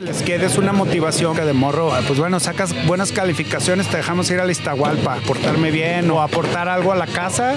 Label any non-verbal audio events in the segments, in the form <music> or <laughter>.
Les quedes una motivación que de morro, ah, pues bueno, sacas buenas calificaciones, te dejamos ir a la Iztahualpa, portarme bien o aportar algo a la casa,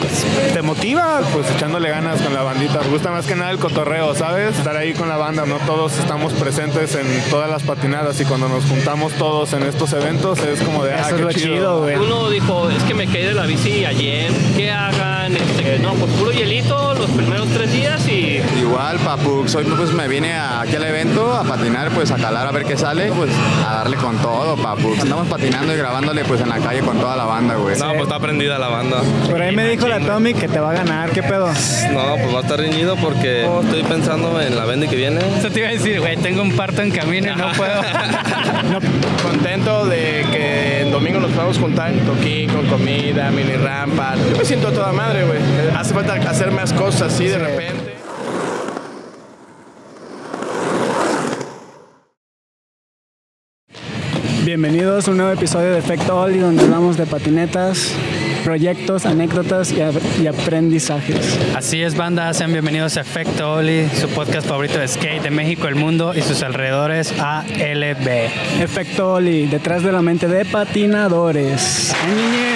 te motiva. Pues echándole ganas con la bandita. Nos gusta más que nada el cotorreo, ¿sabes? Estar ahí con la banda. No todos estamos presentes en todas las patinadas y cuando nos juntamos todos en estos eventos es como de. ah, Eso es qué lo chido, güey. Uno dijo, es que me caí de la bici ayer, ¿qué hagan? Este, no, pues puro hielito los primeros tres días y Igual, Papux, hoy pues me vine a- aquí al evento a patinar, pues a calar a ver qué sale, pues a darle con todo, Papux. Andamos patinando y grabándole pues en la calle con toda la banda, güey. No, pues está prendida la banda. Por ahí me dijo la Tommy que te va a ganar, ¿qué pedo? No, pues va a estar reñido porque estoy pensando en la vende que viene. Eso te iba a decir, güey, tengo un parto en camino y no <laughs> puedo. Contento de que el domingo nos podamos juntar, toquín, con comida, mini rampa. Yo me siento a toda madre, güey. Hace falta hacer más cosas así de repente. Bienvenidos a un nuevo episodio de Efecto Oli, donde hablamos de patinetas, proyectos, anécdotas y, a- y aprendizajes. Así es, banda, sean bienvenidos a Efecto Oli, su podcast favorito de skate de México, el mundo y sus alrededores ALB. Efecto Oli, detrás de la mente de patinadores. ¡Ay, niñe!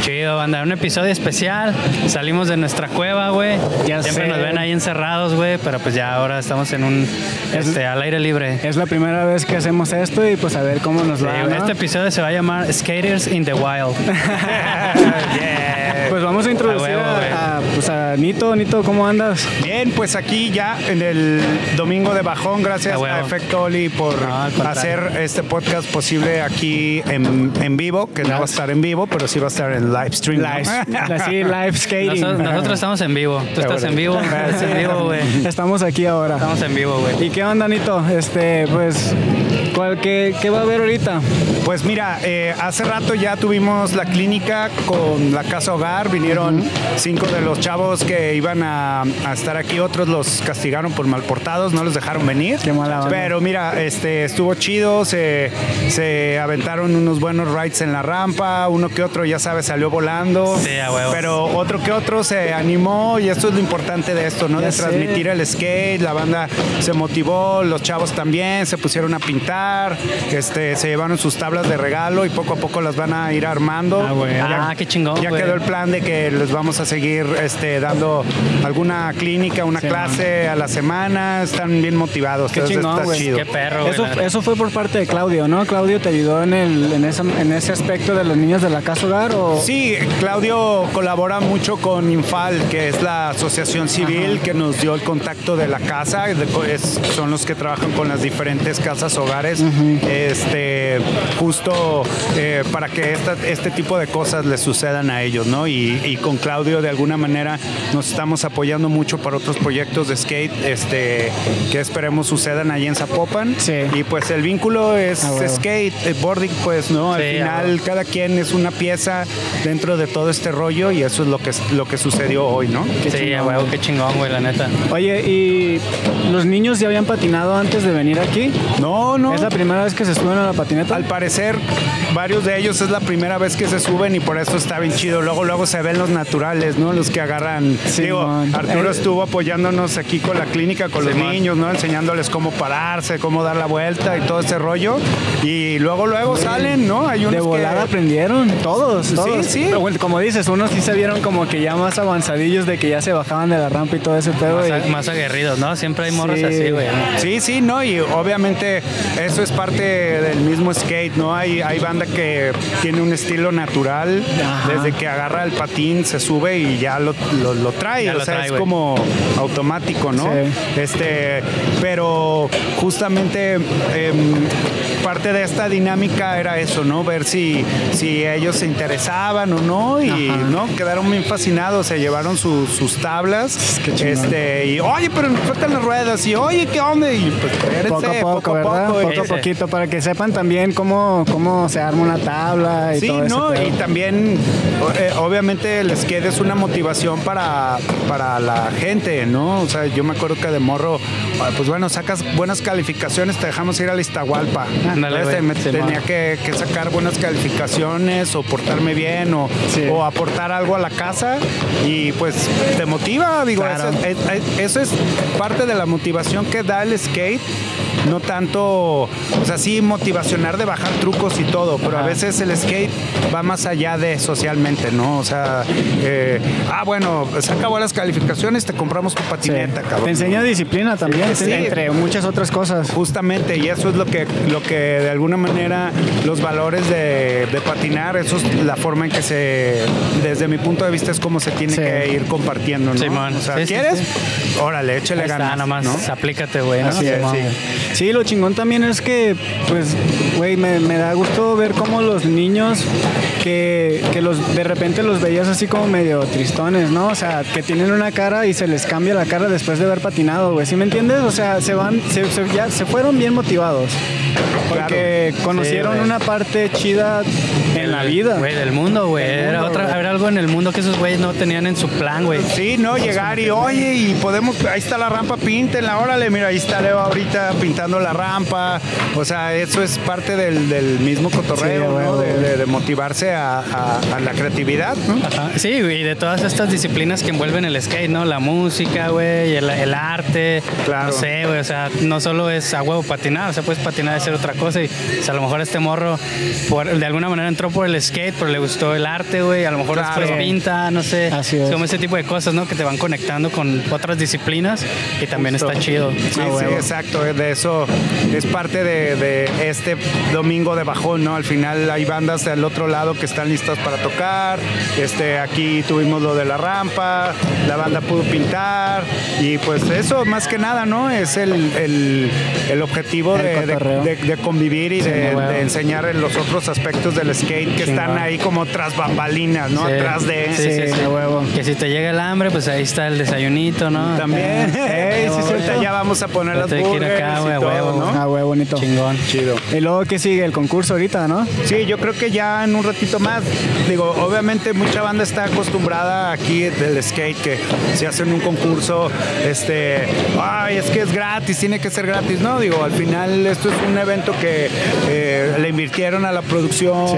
Chido, banda, un episodio especial. Salimos de nuestra cueva, güey. Ya Siempre sé. nos ven ahí encerrados, güey, pero pues ya ahora estamos en un este, al aire libre. Es la primera vez que hacemos esto y pues a ver cómo nos Sí, va. güey, ¿no? Este episodio se va a llamar Skaters in the Wild. Yeah. Pues vamos a introducir huevo, güey. ah, a, a, pues a Nito. Nito, ¿cómo andas? Bien, pues aquí ya en el domingo de bajón, A gracias huevo. a Efecto Oli por Ah, No, al contrario. hacer este podcast posible aquí en, en vivo, que no va a estar en vivo, pero sí va a estar en live stream. ¿no? <laughs> Así, live <laughs> skating. Nosotros, nosotros estamos en vivo. Tú estás en <laughs> vivo. Estás en vivo, güey. Estamos aquí ahora. Estamos en vivo, güey. ¿Y qué onda, Nito? Este, pues, ¿cuál, qué, qué va a haber ahorita? Pues mira, eh, hace rato ya tuvimos la clínica con la casa hogar, vinieron cinco de los chavos que iban a, a estar aquí, otros los castigaron por malportados, no los dejaron venir. Qué mala onda. Pero mira, este estuvo chido, se, se aventaron unos buenos rides en la rampa, uno que otro ya sabes salió volando. Sí, a huevo. Pero otro que otro se animó y esto es lo importante de esto, ¿no? Ya de sé. transmitir el skate, la banda se motivó, los chavos también se pusieron a pintar, este, se llevaron sus tablas de regalo y poco a poco las van a ir armando. Ah, güey. Ya- Ah, qué chingón, Ya güey. quedó el plan de que les vamos a seguir este, dando alguna clínica, una Sí, clase a la semana, están bien motivados. Qué entonces chingón, está güey. chido. Qué perro, güey. Eso, la neta. eso fue por parte de Claudio, ¿no? Claudio te ayudó en, el, en, esa- en ese aspecto de los niños de la casa hogar o... Sí, Claudio colabora mucho con Infal, que es la asociación civil que nos dio el contacto de la casa. de co- es- son los que trabajan con las diferentes casas hogares, este, justo eh, para que esta- este tipo de cosas les sucedan a ellos, ¿no? Y, y con Claudio de alguna manera nos estamos apoyando mucho para otros proyectos de skate, este, que esperemos sucedan allí en Zapopan. Sí. Y pues el vínculo es Ah, bueno. skate, eh, boarding, pues, ¿no? Al Sí, ah, final cada quien es una pieza dentro de todo este rollo y eso es lo que lo que sucedió hoy, ¿no? Qué Sí, chingón, a huevo, güey. qué chingón, güey, la neta. Oye, ¿y los niños ya habían patinado antes de venir aquí? No, no. ¿Es la primera vez que se suben a la patineta? Al parecer, varios de ellos es la primera vez que se suben y por eso está bien chido. Luego, luego se ven los naturales, ¿no? Los que agarran. Sí, Digo, man. Arturo Eh. estuvo apoyándonos aquí con la clínica, con los niños, ¿no? Enseñándoles cómo pararse, cómo dar la vuelta y todo ese rollo. Y luego, luego salen, ¿no? Hay unos De que- volada aprendieron, todos, Sí, todos. sí. Pero bueno, como dices, unos sí se vieron como que ya más avanzadillos de que ya se bajaban de la rampa y todo ese pedo. Más, y- a- más aguerridos, ¿no? Siempre hay morros Sí. así, güey. Sí, sí, no, y obviamente eso es parte del mismo skate, ¿no? Hay, hay banda que tiene un estilo natural, Ajá. desde que agarra el patín, se sube y ya lo, lo- lo trae, Ya o lo sea, trae, es güey. como automático, ¿no? Sí. Este, pero justamente em, parte de esta dinámica era eso, ¿no? Ver si, si ellos se interesaban o no, y no, quedaron bien fascinados, se llevaron su- sus tablas, Qué chingón. este, y oye, pero nos faltan las ruedas, y oye, ¿qué onda? Y pues espérense, Poco a poco, ¿verdad? Poco, y- a poquito, para que sepan también cómo, cómo se arma una tabla y Sí, todo ese no, pedo. y también o- eh, obviamente les quede es una motivación para, para la gente, ¿no? O sea, yo me acuerdo que de morro pues bueno, sacas buenas calificaciones, te dejamos ir a la Iztahualpa. Ándale, Entonces, güey. me- Sí, tenía ma. que, que sacar buenas calificaciones o portarme bien o, Sí. o aportar algo a la casa y pues te motiva, digo, Claro. eso, es, es- eso es parte de la motivación que da el skate. No tanto, o sea, sí motivacionar de bajar trucos y todo, pero a Ajá. veces el skate va más allá de socialmente, ¿no? O sea, eh, ah, bueno, saca buenas calificaciones, te compramos tu Sí. patineta, cabrón. Te enseña disciplina también, Sí. entre muchas otras cosas. Justamente, y eso es lo que, lo que de alguna manera los valores de, de patinar, eso es la forma en que se, desde mi punto de vista, es como se tiene Sí. que ir compartiendo, ¿no? Simón. O sea, Sí, sí, ¿quieres? sí. Órale, échale Ahí está, ganas, nomás, ¿no? aplícate, güey. ¿no? Así es, Simón, sí. güey. Sí, lo chingón también es que, pues, güey, me, me da gusto ver cómo los niños que, que los de repente los veías así como medio tristones, ¿no? O sea, que tienen una cara y se les cambia la cara después de haber patinado, güey. ¿Sí me entiendes? O sea, se van, se, se- ya, se fueron bien motivados. Porque conocieron Sí, güey. una parte chida en la vida. Güey, del mundo, güey. Del Era mundo, otra, güey. era algo en el mundo que esos güeyes no tenían en su plan, güey. Sí, no, llegar y oye, y podemos, ahí está la rampa, píntenla, órale, mira, ahí está Leo ahorita pintando la rampa. O sea, eso es parte del, del mismo cotorreo, Sí, ¿no? güey. De, de- de motivarse a, a- a la creatividad, ¿no? Ajá. Sí, güey, y de todas estas disciplinas que envuelven el skate, ¿no? La música, güey, el, el arte. Claro. No sé, güey, o sea, no solo es a huevo patinar, o sea, puedes patinar y hacer otra cosa. Y, o sea, a lo mejor este morro, por, de alguna manera entró por el skate, pero le gustó el arte, güey. A lo mejor Claro. después pinta, no sé. Así es. Como ese tipo de cosas, ¿no? Que te van conectando con otras disciplinas y también está chido. Sí, Ah, sí, huevo. exacto. eh, De eso es parte de, de este domingo de bajón, ¿no? Al final hay bandas del otro lado que están listas para tocar. Este, aquí tuvimos lo de la rampa, la banda pudo pintar. Y pues eso, más que nada, ¿no? Es el, el- el objetivo El de, de- cotorreo. de- de convivir y de, no, huevo. de enseñar en los otros aspectos del skate que están Chingón. ahí como tras bambalinas, ¿no? Sí. Atrás de. Sí, sí, Sí, sí. a huevo. Que si te llega el hambre, pues ahí está el desayunito, ¿no? También. <laughs> Ey, sí, huevo. sí, ahorita ya vamos a poner Yo las tengo que ir burgers acá, y güey, a todo, huevo. ¿no? Ah, güey, bonito. Chingón. Chido. Y luego, ¿qué sigue? El concurso ahorita, ¿no? Sí, yo creo que ya en un ratito más. Digo, obviamente mucha banda está acostumbrada aquí del skate que se hacen un concurso, este, ay, es que es gratis, tiene que ser gratis. No, digo, al final esto es un evento que eh, le invirtieron a la producción, Sí.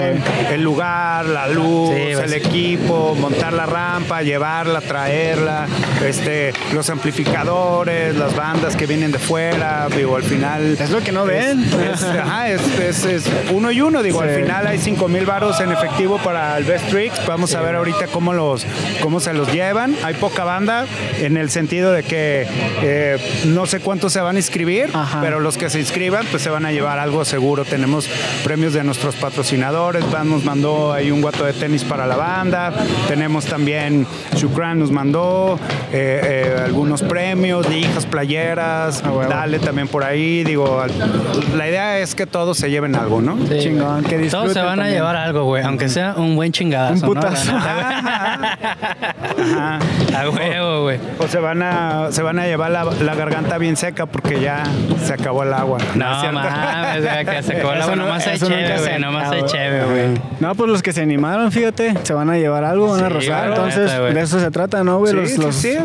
el lugar, la luz, Sí, el pues, sí. equipo, montar la rampa, llevarla, traerla, este, los amplificadores, las bandas que vienen de fuera, digo, al final Es lo que no ven. es- ajá, es, es- es uno y uno. Digo, al Sí. final hay 5 mil varos en efectivo para el Best Tricks. Vamos a ver ahorita cómo, los, cómo se los llevan. Hay poca banda en el sentido de que eh, no sé cuántos se van a inscribir, Ajá. pero los que se inscriban pues se van a llevar algo seguro. Tenemos premios de nuestros patrocinadores. Van nos mandó ahí un guato de tenis para la banda. Tenemos también Shukran nos mandó eh, eh, algunos premios, lijas, playeras. Ah, huevo. Dale también por ahí. Digo, al- la idea es que todos se lleven algo, ¿no? Sí, Chingón, güey. que Todos se disfruten van a también. llevar algo, güey, aunque sea un buen chingadazo. Un ¿no? La putazo. <laughs> Ajá. neta, güey. Ah, <laughs> A huevo, güey. Oh, O se van a, se van a llevar la, la garganta bien seca porque ya se acabó el agua. ¿Es No cierto? mames, güey, que se <laughs> cola, Eso güey, no- nomás hay eso nunca cheve, se güey, nomás acaba. hay cheve, güey. No, pues los que se animaron, fíjate, se van a llevar algo, van a Sí, rozar. güey, la Entonces, neta, güey. de eso se trata, ¿no, güey? Sí, los, sí, los, sí.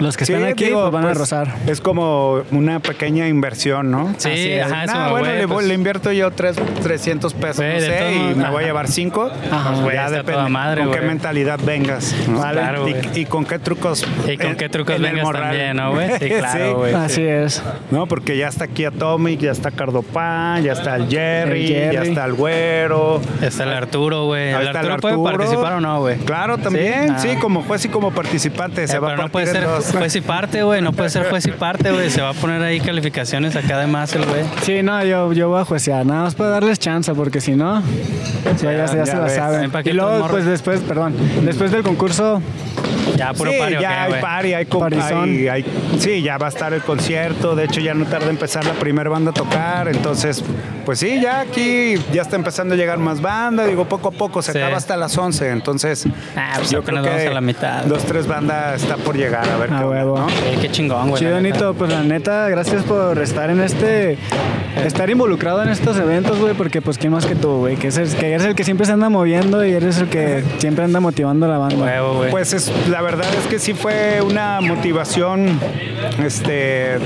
los que Sí, están aquí digo, pues, van pues, a rozar. Es como una pequeña inversión, ¿no? Sí, Así es. ajá, eso, Ah, bueno, güey, le, voy- pues- le invierto yo tres, 300 pesos, Güey, no de sé, todos y modos, me voy a ajá. llevar cinco. Pues, güey, está toda madre, con qué güey. Pues, mentalidad vengas. ¿vale? Claro, Y- güey. y, con qué trucos. Y con en- qué trucos en el vengas morral. también, <laughs> ¿no, güey? Sí, claro, güey. Así es. No, porque ya está aquí Atomic, ya está Cardopan, ya está el Jerry, El Jerry. ya está el Güero. Está el Arturo, güey. ahí Eh, ¿El está Arturo puede Arturo. participar o no, güey? Claro, también, Ah. sí, como juez y como participante. Eh, se va pero a no puede partir ser en <laughs> dos. juez y parte, güey. No puede ser juez y parte, güey. Se va a poner ahí calificaciones acá además el güey. Sí, no, yo, yo voy a juecear, nada más para darles chance, porque si no, sí, ya, se- ya ya se la ves. saben. Ven pa' aquí, Y tú, luego, morro. pues después, perdón, después del concurso, Ya, puro sí, pario, ya acá, hay güey. party, hay, com- Parizón. hay- hay- Sí, ya va a estar el concierto. De hecho, ya no tarda empezar la primera banda a tocar. Entonces, pues sí, ya aquí ya está empezando a llegar más banda. Digo, poco a poco, se Sí. acaba hasta las 11. Entonces, Ah, pues apenas vamos a la mitad. dos, tres bandas está por llegar. A ver A qué onda, huevo. ¿no? Ey, qué chingón, güey. chido, la neta. Nito, pues la neta, gracias por estar en este, estar involucrado en estos eventos, güey, porque pues quién más que tú, güey, que, es el- que eres el que siempre se anda moviendo y eres el que siempre anda motivando a la banda. Huevo, güey. Pues es, la verdad es que sí fue una motivación este,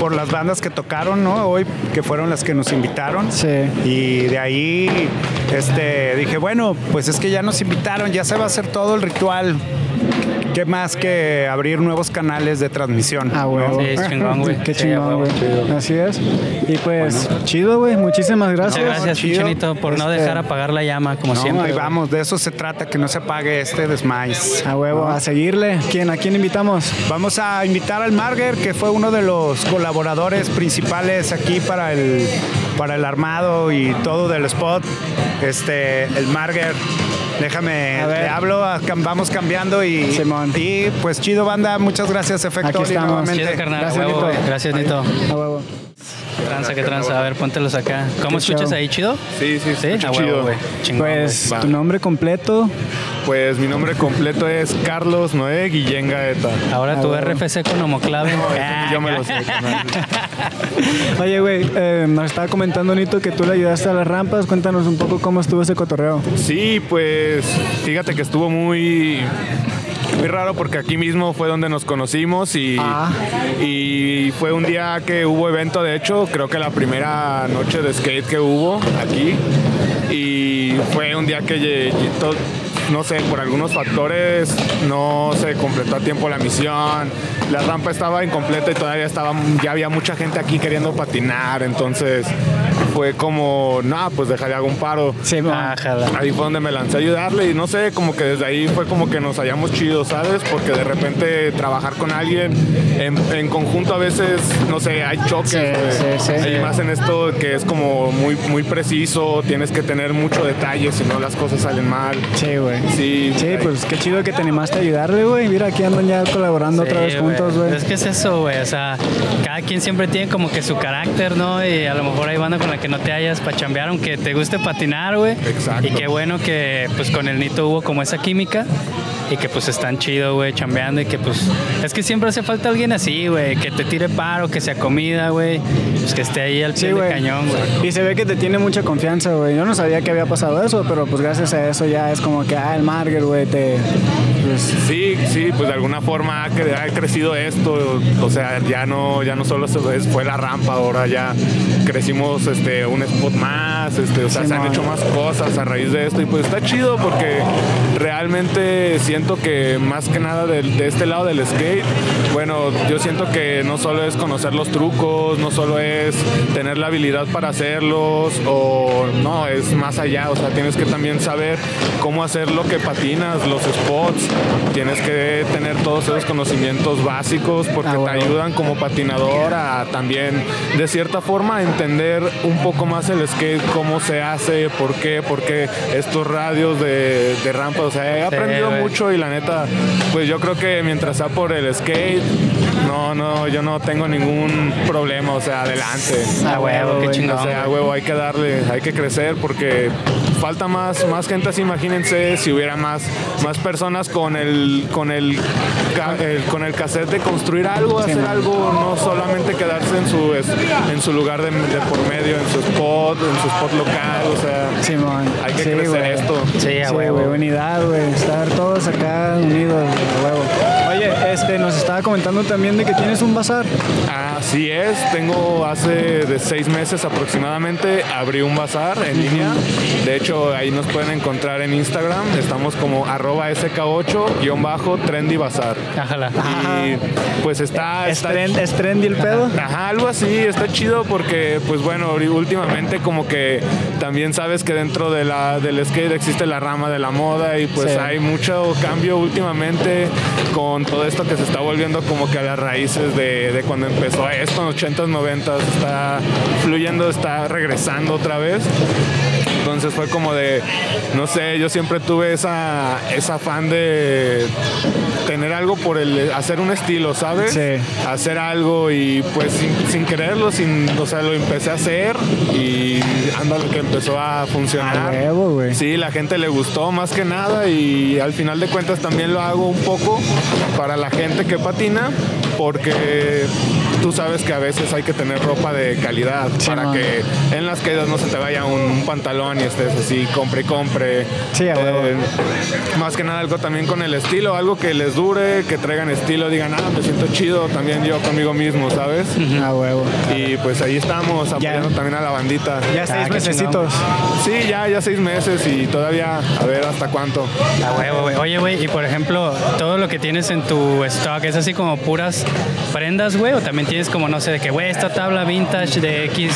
por las bandas que tocaron, ¿no? Hoy, que fueron las que nos invitaron. Sí. Y de ahí este, dije, bueno, pues es que ya nos invitaron, ya se va a hacer todo el ritual. ¿Qué más que abrir nuevos canales de transmisión? Ah, ¿no? huevo. Sí, es chingón, güey. Qué Sí, chingón, a güey. huevo. Así es. Y pues, chido, güey. Muchísimas gracias. Muchas gracias, chido. Chinito, por no Este- dejar apagar la llama, como No, siempre. ahí vamos, de eso se trata, que no se apague este desmais. A huevo, a seguirle. ¿Quién, ¿A quién invitamos? Vamos a invitar al Marger, que fue uno de los colaboradores principales aquí para el, para el armado y todo del spot. Este, el Marger, déjame, A ver. le hablo, a- cam- vamos cambiando y, Simón. y pues chido banda, muchas gracias Efecto Aquí Oli, estamos. nuevamente. Chido, carnal. Gracias, a huevo, Nito. güey. Gracias, Nito. A huevo. Tranza, que tranza. A ver, póntelos acá. ¿Cómo Qué escuchas show. ahí, chido? Sí, sí, Sí, escucho a chido. huevo, güey. Chingón. Pues, Va. tu nombre completo. <laughs> Pues mi nombre completo es Carlos Noé Guillén Gaeta. güey. Ahora tu huevo. RFC con homoclave. Yo me lo <laughs> sé. carnal. Oye, güey, eh, nos estaba comentando Nito que tú le ayudaste a las rampas. Cuéntanos un poco cómo estuvo ese cotorreo. Sí, pues fíjate que estuvo muy muy raro porque aquí mismo fue donde nos conocimos y, Ah. y fue un día que hubo evento, de hecho, creo que la primera noche de skate que hubo aquí y fue un día que lle- lle- to- no sé, por algunos factores no se completó a tiempo la misión, la rampa estaba incompleta y todavía estaba ya había mucha gente aquí queriendo patinar, entonces fue como, no, pues dejaré algún paro. Sí, Ah, jala. Ahí fue donde me lancé a ayudarle y no sé, como que desde ahí fue como que nos hallamos chidos, ¿sabes? Porque de repente trabajar con alguien en, en conjunto a veces, no sé, hay choques. güey. sí, sí. Y más en esto que es como muy, muy preciso, tienes que tener mucho detalle, si no las cosas salen mal. Sí, güey. Sí, Sí, ahí- pues qué chido que te animaste a ayudarle, güey. Mira, aquí andan ya colaborando otra vez Sí, juntos, güey. Es que es eso, güey. O sea, cada quien siempre tiene como que su carácter, ¿no? Y a lo mejor hay banda con la que no te hayas para chambear, aunque te guste patinar, güey. Exacto. Y qué bueno que pues con el Nito hubo como esa química y que pues están chido, güey, chambeando y que pues es que siempre hace falta alguien así, güey, que te tire paro, que sea comida, güey, pues que esté ahí al pie Sí, del güey. cañón, güey. Y se ve que te tiene mucha confianza, güey. Yo no sabía que había pasado eso, pero pues gracias a eso ya es como que, ah, el Marger, güey, te. Pues, Sí, sí, pues de alguna forma ha, cre- ha crecido esto, o sea, ya no, ya no solo se- es- fue la rampa, ahora ya crecimos este, un spot más, este, o sea, se han Simón. hecho más cosas a raíz de esto y pues está chido porque realmente siento que más que nada del- de, este lado del skate, bueno, yo siento que no solo es conocer los trucos, no solo es tener la habilidad para hacerlos o no, es más allá, o sea, tienes que también saber cómo hacer lo que patinas, los spots, tienes que tener todos esos conocimientos básicos porque Ah, bueno. te ayudan como patinador a también de cierta forma entender un poco más el skate, cómo se hace, por qué, por qué estos radios de, de rampa, o sea, he aprendido güey. mucho y la neta, pues yo creo que mientras sea por el skate, no, no, yo no tengo ningún problema, o sea, adelante. A huevo, qué güey, chingón. O sea, güey. huevo, hay que darle, hay que crecer porque falta más, más gente así, imagínense si hubiera más, más personas con el, con el, ca- el- con el cassette de construir algo, hacer algo, no solamente quedarse en su, es- en su lugar de, de por medio, en su spot, en su spot local, o sea, Simón. hay que Sí, crecer güey. esto. Sí, a Sí, güey, huevo. unidad, güey. Estar todos acá unidos, güey, a huevo. Oye, este, nos estaba comentando también de que tienes un bazar. Así es, tengo hace de seis meses aproximadamente, abrí un bazar en línea. De hecho, ahí nos pueden encontrar en Instagram. Estamos como arroba sk8-trendy bazar. Ájala. Y pues Ah, está... ¿Es, está tren- es trendy el pedo? Ajá, algo así, está chido porque, pues bueno, ahori- últimamente como que también sabes que dentro de la, del skate existe la rama de la moda y pues Sí. hay mucho cambio últimamente con todo esto que se está volviendo como que a las raíces de, de cuando empezó esto, 80s, 90s, está fluyendo, está regresando otra vez. Entonces fue como de, no sé, yo siempre tuve esa, esa afán de tener algo por el, hacer un estilo, ¿sabes? Sí. Hacer algo y pues sin, sin quererlo, sin, o sea, lo empecé a hacer y anda lo que empezó a A funcionar. huevo, güey. Sí, la gente le gustó más que nada y al final de cuentas también lo hago un poco para la gente que patina porque tú sabes que a veces hay que tener ropa de calidad Sí, para man. que en las caídas no se te vaya un, un pantalón y estés así, compre y compre. Eh, Sí, a huevo. más que nada algo también con el estilo, algo que les dure, que traigan estilo, digan, ah, me siento chido también yo conmigo mismo, ¿sabes? A huevo. Y pues ahí estamos, apoyando también a la bandita. Ya seis Ah, qué mesecitos. Sí, ya, ya seis meses y todavía a ver hasta cuánto. A huevo, güey. Oye, güey, y por ejemplo, todo lo que tienes en tu stock, ¿es así como puras prendas, güey? ¿O también tienes como, no sé, de que, güey, esta tabla vintage de X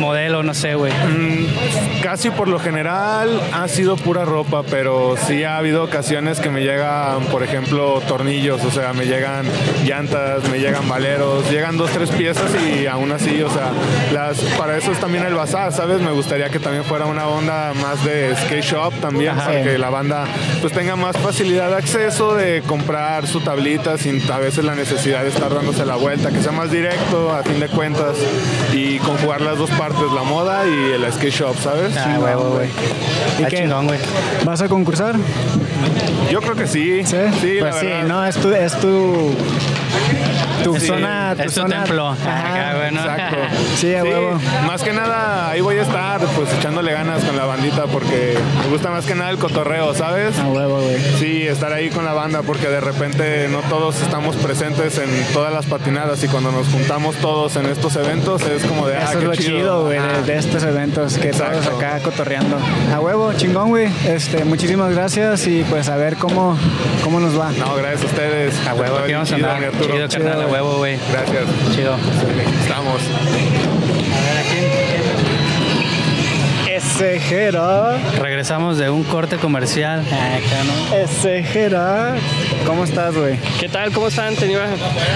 modelo, no sé, güey? Mm, Casi por lo general ha sido pura ropa, pero sí ha habido ocasiones que me llegan, por ejemplo, tornillos, o sea, me llegan llantas, me llegan valeros, llegan dos, tres piezas y aún así, o sea, las, para eso es también el bazar, ¿sabes? Me gustaría que también fuera una onda más de skate shop también, para que la banda pues tenga más facilidad de acceso de comprar su tablita sin a veces la necesidad de estar dándose la vuelta, que sea más directo a fin de cuentas y conjugar las dos partes, la moda y el skate shop, Ah, ¿sabes? A huevo, güey. ¿Y Está qué? chingón, güey. ¿Vas a concursar? Yo creo que sí. Sí. la pues sí, verdad. no, es tu. Es tu tu Sí, zona. es tu zona- templo. Ajá. Ah, Acá, güey, ¿no? Exacto. Ah, Sí, a huevo. Más que nada, ahí voy a estar, pues echándole ganas con la bandita, porque me gusta más que nada el cotorreo, ¿sabes? A huevo, güey. Sí, estar ahí con la banda porque de repente no todos estamos presentes en todas las patinadas y cuando nos juntamos todos en estos eventos es como de ah, Eso es qué lo chido, güey, de, Ajá. de estos eventos que Exacto. todos acá cotorreando. A huevo, chingón, güey. Este, muchísimas gracias y pues a ver cómo, cómo nos va. No, gracias a ustedes. A huevo, aquí vamos a Chido, mi andar. Arturo. Chido, carnal, a huevo, güey. Gracias. Chido. Estamos. Ese Jera, Regresamos de un corte comercial. Acá, ¿no? ese Jera. ¿Cómo estás, güey? ¿Qué tal? ¿Cómo están? Tenido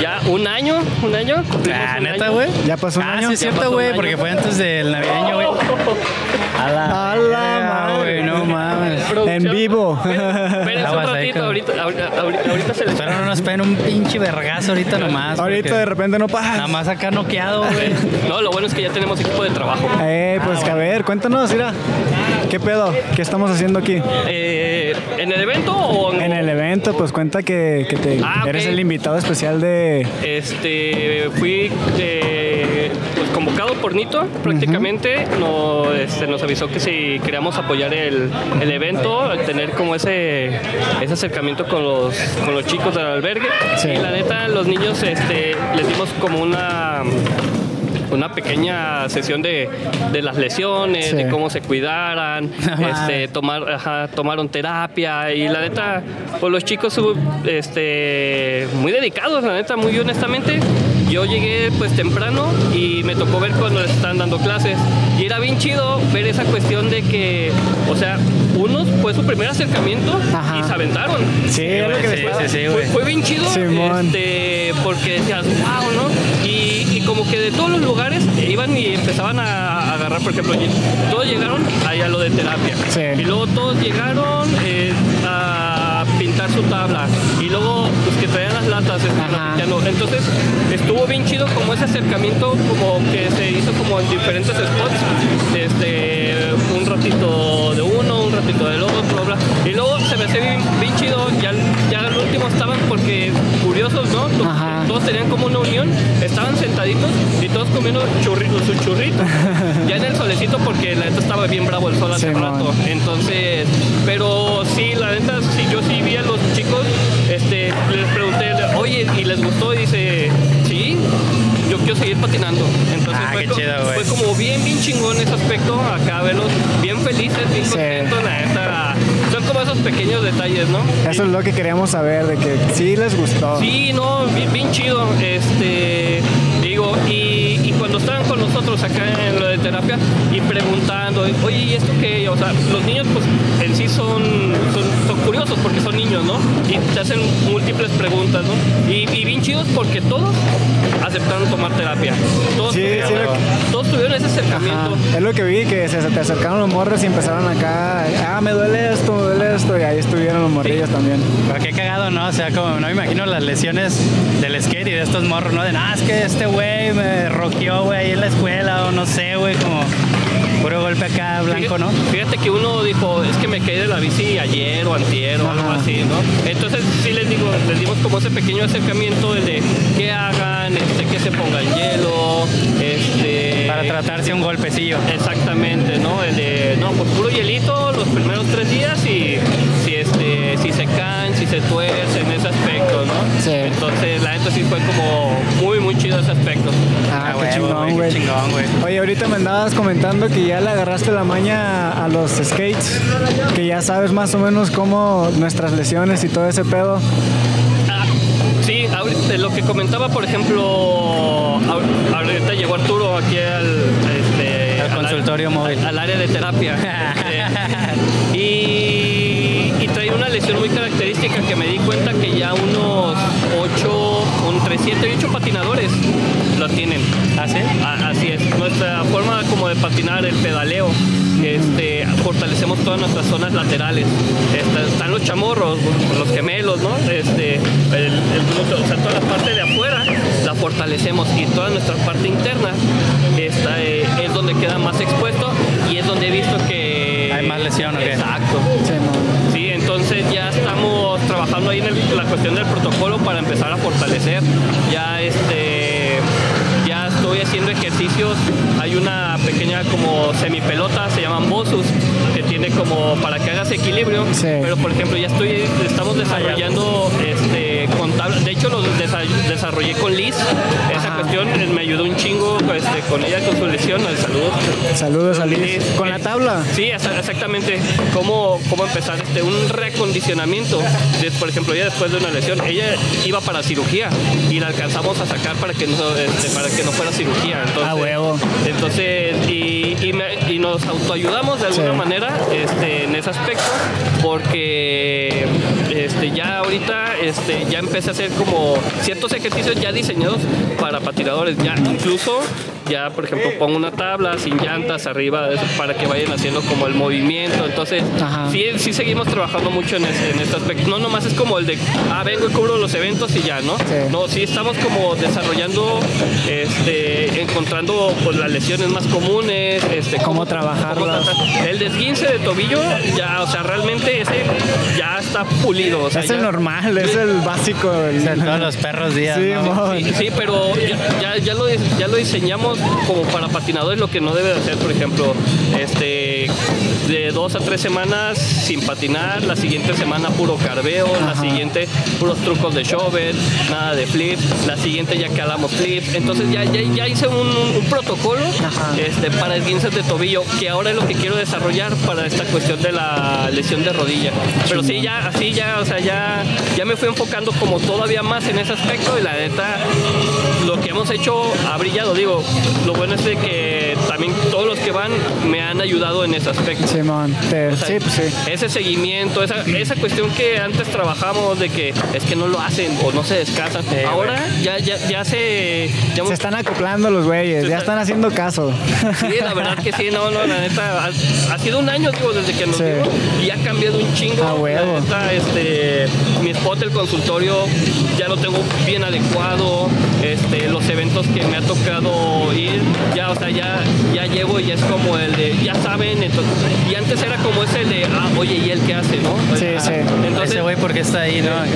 ya un año, un año. cumplimos Ah, un ¿neta, año. güey? ¿Ya pasó un Ah, año? sí, es Ya pasó cierto, un güey, año. porque fue antes del navideño, güey. <laughs> A la, A la verga, madre. güey, no mames. Producción. En vivo. <laughs> Espérense un Aguas ratito, ahí, cabrón. ahorita, ahorita, ahorita- ahorita se les... Espero no nos peguen un pinche vergazo ahorita nomás. Ahorita porque de repente no Nada pasa. más acá noqueado, güey. No, lo bueno es que ya tenemos equipo de trabajo. Eh, Ah, pues que a ver, cuéntanos, mira. ¿Qué pedo? ¿Qué estamos haciendo aquí? Eh, ¿En el evento o En el evento, pues cuenta que, que te, Ah, ok. eres el invitado especial de... Este, fui eh, pues, convocado por Nito, prácticamente. no, este, nos avisó que si queríamos apoyar el, el evento, tener como ese, ese acercamiento con los, con los chicos del albergue. Sí. Y la neta, los niños este, les dimos como una una pequeña sesión de, de las lesiones, Sí. de cómo se cuidaran, <laughs> este, tomar, ajá, tomaron terapia y la neta, pues los chicos su- este, muy dedicados, la neta, muy honestamente. Yo llegué pues temprano y me tocó ver cuando les estaban dando clases y era bien chido ver esa cuestión de que, o sea, unos fue su primer acercamiento y se aventaron. Sí, es lo que Sí, sí, sí, güey. Fue bien chido Simón. este, porque decías, wow, ¿no? Y, y como que de todos los lugares eh, iban y empezaban a, a <laughs> agarrar, por ejemplo, y todos llegaron ahí a lo de terapia. Sí. Y luego todos llegaron eh, a pintar su tabla. Y luego los que traían las latas estaban pinteando. Entonces estuvo bien chido como ese acercamiento como que se hizo como en diferentes spots. Este, un ratito de uno, un ratito del otro, bla. Y luego se me hace bien, bien chido, ya, ya al último estaban porque curiosos, ¿no? To- Ajá. Todos tenían como una unión, estaban sentaditos y todos comiendo churritos, sus <laughs> churritos. ya en el solecito porque la neta estaba bien bravo el sol hace Simón. rato. Entonces, pero sí, la neta, sí, yo sí vi a los chicos, este, les pregunté, oye, ¿y les gustó? Y dice, sí, yo quiero seguir patinando. Entonces Ah, fue, qué co- chido, güey. fue como bien, bien chingón ese aspecto, acá verlos bien felices, bien Sí. contentos, la neta. Son como esos pequeños detalles, ¿no? Eso es lo que queríamos saber, de que sí les gustó. Sí, no, bien, bien chido. Este, digo, y, y cuando estaban con nosotros acá en lo de terapia y preguntando, oye, ¿y esto qué? O sea, los niños, pues en sí son, son, son curiosos porque son niños, ¿no? Y se hacen múltiples preguntas, ¿no? Y, y bien chidos porque todos aceptaron tomar terapia. Todos, Sí, tuvieron, sí, lo- todos tuvieron ese acercamiento. Ajá. Es lo que vi, que se te acercaron los morros y empezaron acá, ah, me duele esto, me duele esto, y ahí estuvieron los morrillos también. Pero qué cagado, ¿no? O sea, como no me imagino las lesiones del skate y de estos morros, ¿no? De, ah, es que este güey me roqueó, güey, ahí en la escuela o no sé, güey, como... Puro golpe acá blanco, ¿no? Fíjate que uno dijo, es que me caí de la bici ayer o antier o algo así, ¿no? Entonces sí les digo, les dimos como ese pequeño acercamiento del de que hagan, este, que se pongan hielo, este... Para tratarse un golpecillo. Exactamente, ¿no? El de, no, pues puro hielito los primeros tres días y si, este, si se caen, si se tuercen, ese aspecto, ¿no? Sí. Entonces la neta sí fue como muy, muy chido ese aspecto. Ah, qué huevo, chingón, güey, güey. qué chingón, güey. Oye, ahorita me andabas comentando que ya le agarraste la maña a los skates, que ya sabes más o menos cómo nuestras lesiones y todo ese pedo. Ah, Sí, ahorita, lo que comentaba, por ejemplo, ahor- ahorita llegó Arturo aquí al, este, Al consultorio área- móvil. al, al área de terapia. <laughs> <laughs> Este, y, y trae una lesión muy característica que me di cuenta que ya unos 8, entre 7 y 8 patinadores lo tienen. ¿Así? así es. Nuestra forma como de patinar, el pedaleo. Este, fortalecemos todas nuestras zonas laterales. Esta- están los chamorros, los gemelos, ¿no? Este, el, el glúteo, o sea, toda la parte de afuera la fortalecemos y toda nuestra parte interna esta, eh, es donde queda más expuesto y es donde he visto que... Hay más lesión, ¿o qué? Exacto. Sí, entonces ya estamos trabajando ahí en el- la cuestión del protocolo para empezar a fortalecer. Ya este ya estoy haciendo ejercicios. Hay una pequeña como semipelota, se llaman bosus, que tiene como para que hagas equilibrio. Sí. Pero por ejemplo ya estoy estamos desarrollando este con tablas. De hecho los desa- desarrollé con Liz. Esa cuestión eh, me ayudó un chingo este, con ella con su lesión. El saludo. Saludos a Liz. Liz. Con la tabla. Sí, exa- exactamente. ¿Cómo, cómo empezar este, un reacondicionamiento? De, por ejemplo, ella después de una lesión, ella iba para cirugía y la alcanzamos a sacar para que no, este, para que no fuera cirugía. Entonces, Ah, huevo. Entonces, y, y me- y nos autoayudamos de alguna Sí. manera este, en ese aspecto porque este, ya ahorita este, ya empecé a hacer como ciertos ejercicios ya diseñados para patinadores. Ya incluso, ya por ejemplo, pongo una tabla sin llantas arriba de eso, para que vayan haciendo como el movimiento. Entonces, Ajá. sí, sí seguimos trabajando mucho en este, en este aspecto. No nomás es como el de, ah, vengo y cubro los eventos y ya, ¿no? No, sí estamos como desarrollando, este, encontrando pues, las lesiones más comunes, este, Cómo trabajarlas. tratar- El desguince de tobillo, ya, o sea, realmente ese ya está pulido. o sea, Es el ya- normal, es el básico. el- Todos los perros días, Sí, ¿no? mo. Sí, sí, pero ya, ya, ya lo, dis- ya lo diseñamos como para patinadores, lo que no debe de hacer, por ejemplo, este, de dos a tres semanas sin patinar, la siguiente semana puro carveo, la siguiente puros trucos de shovel, nada de flip, la siguiente ya que hablamos flip, entonces ya, ya, ya hice un, un- un protocolo este, para esguinces de tobillo, que ahora es lo que quiero desarrollar para esta cuestión de la lesión de rodilla. Pero sí, ya, así ya, o sea, ya, ya me fui enfocando como todavía más en ese aspecto y la neta, lo que hemos hecho ha brillado. Digo, lo bueno es de que también todos los que van me han ayudado en ese aspecto. Simón, te- O sea, sí, pues sí. Ese seguimiento, esa, esa cuestión que antes trabajamos de que es que no lo hacen o no se descansan. Ahora ya, ya, ya se... eh, ya Se están acoplando los güeyes, ya están haciendo caso. Sí, la verdad que sí, no, no, la neta, ha, ha sido un año, digo, desde que nos Sí. vimos y ha cambiado un chingo. A huevo. La neta, este, mi spot, el consultorio, ya lo tengo bien adecuado, este, los eventos que me ha tocado ir, ya, o sea, ya, ya llevo y es como el de, ya saben, entonces, y antes era como ese de, ah, oye, ¿y él qué hace, no? Sí, Ah, sí. Entonces, Ese güey, ¿por qué está ahí, no? Acá.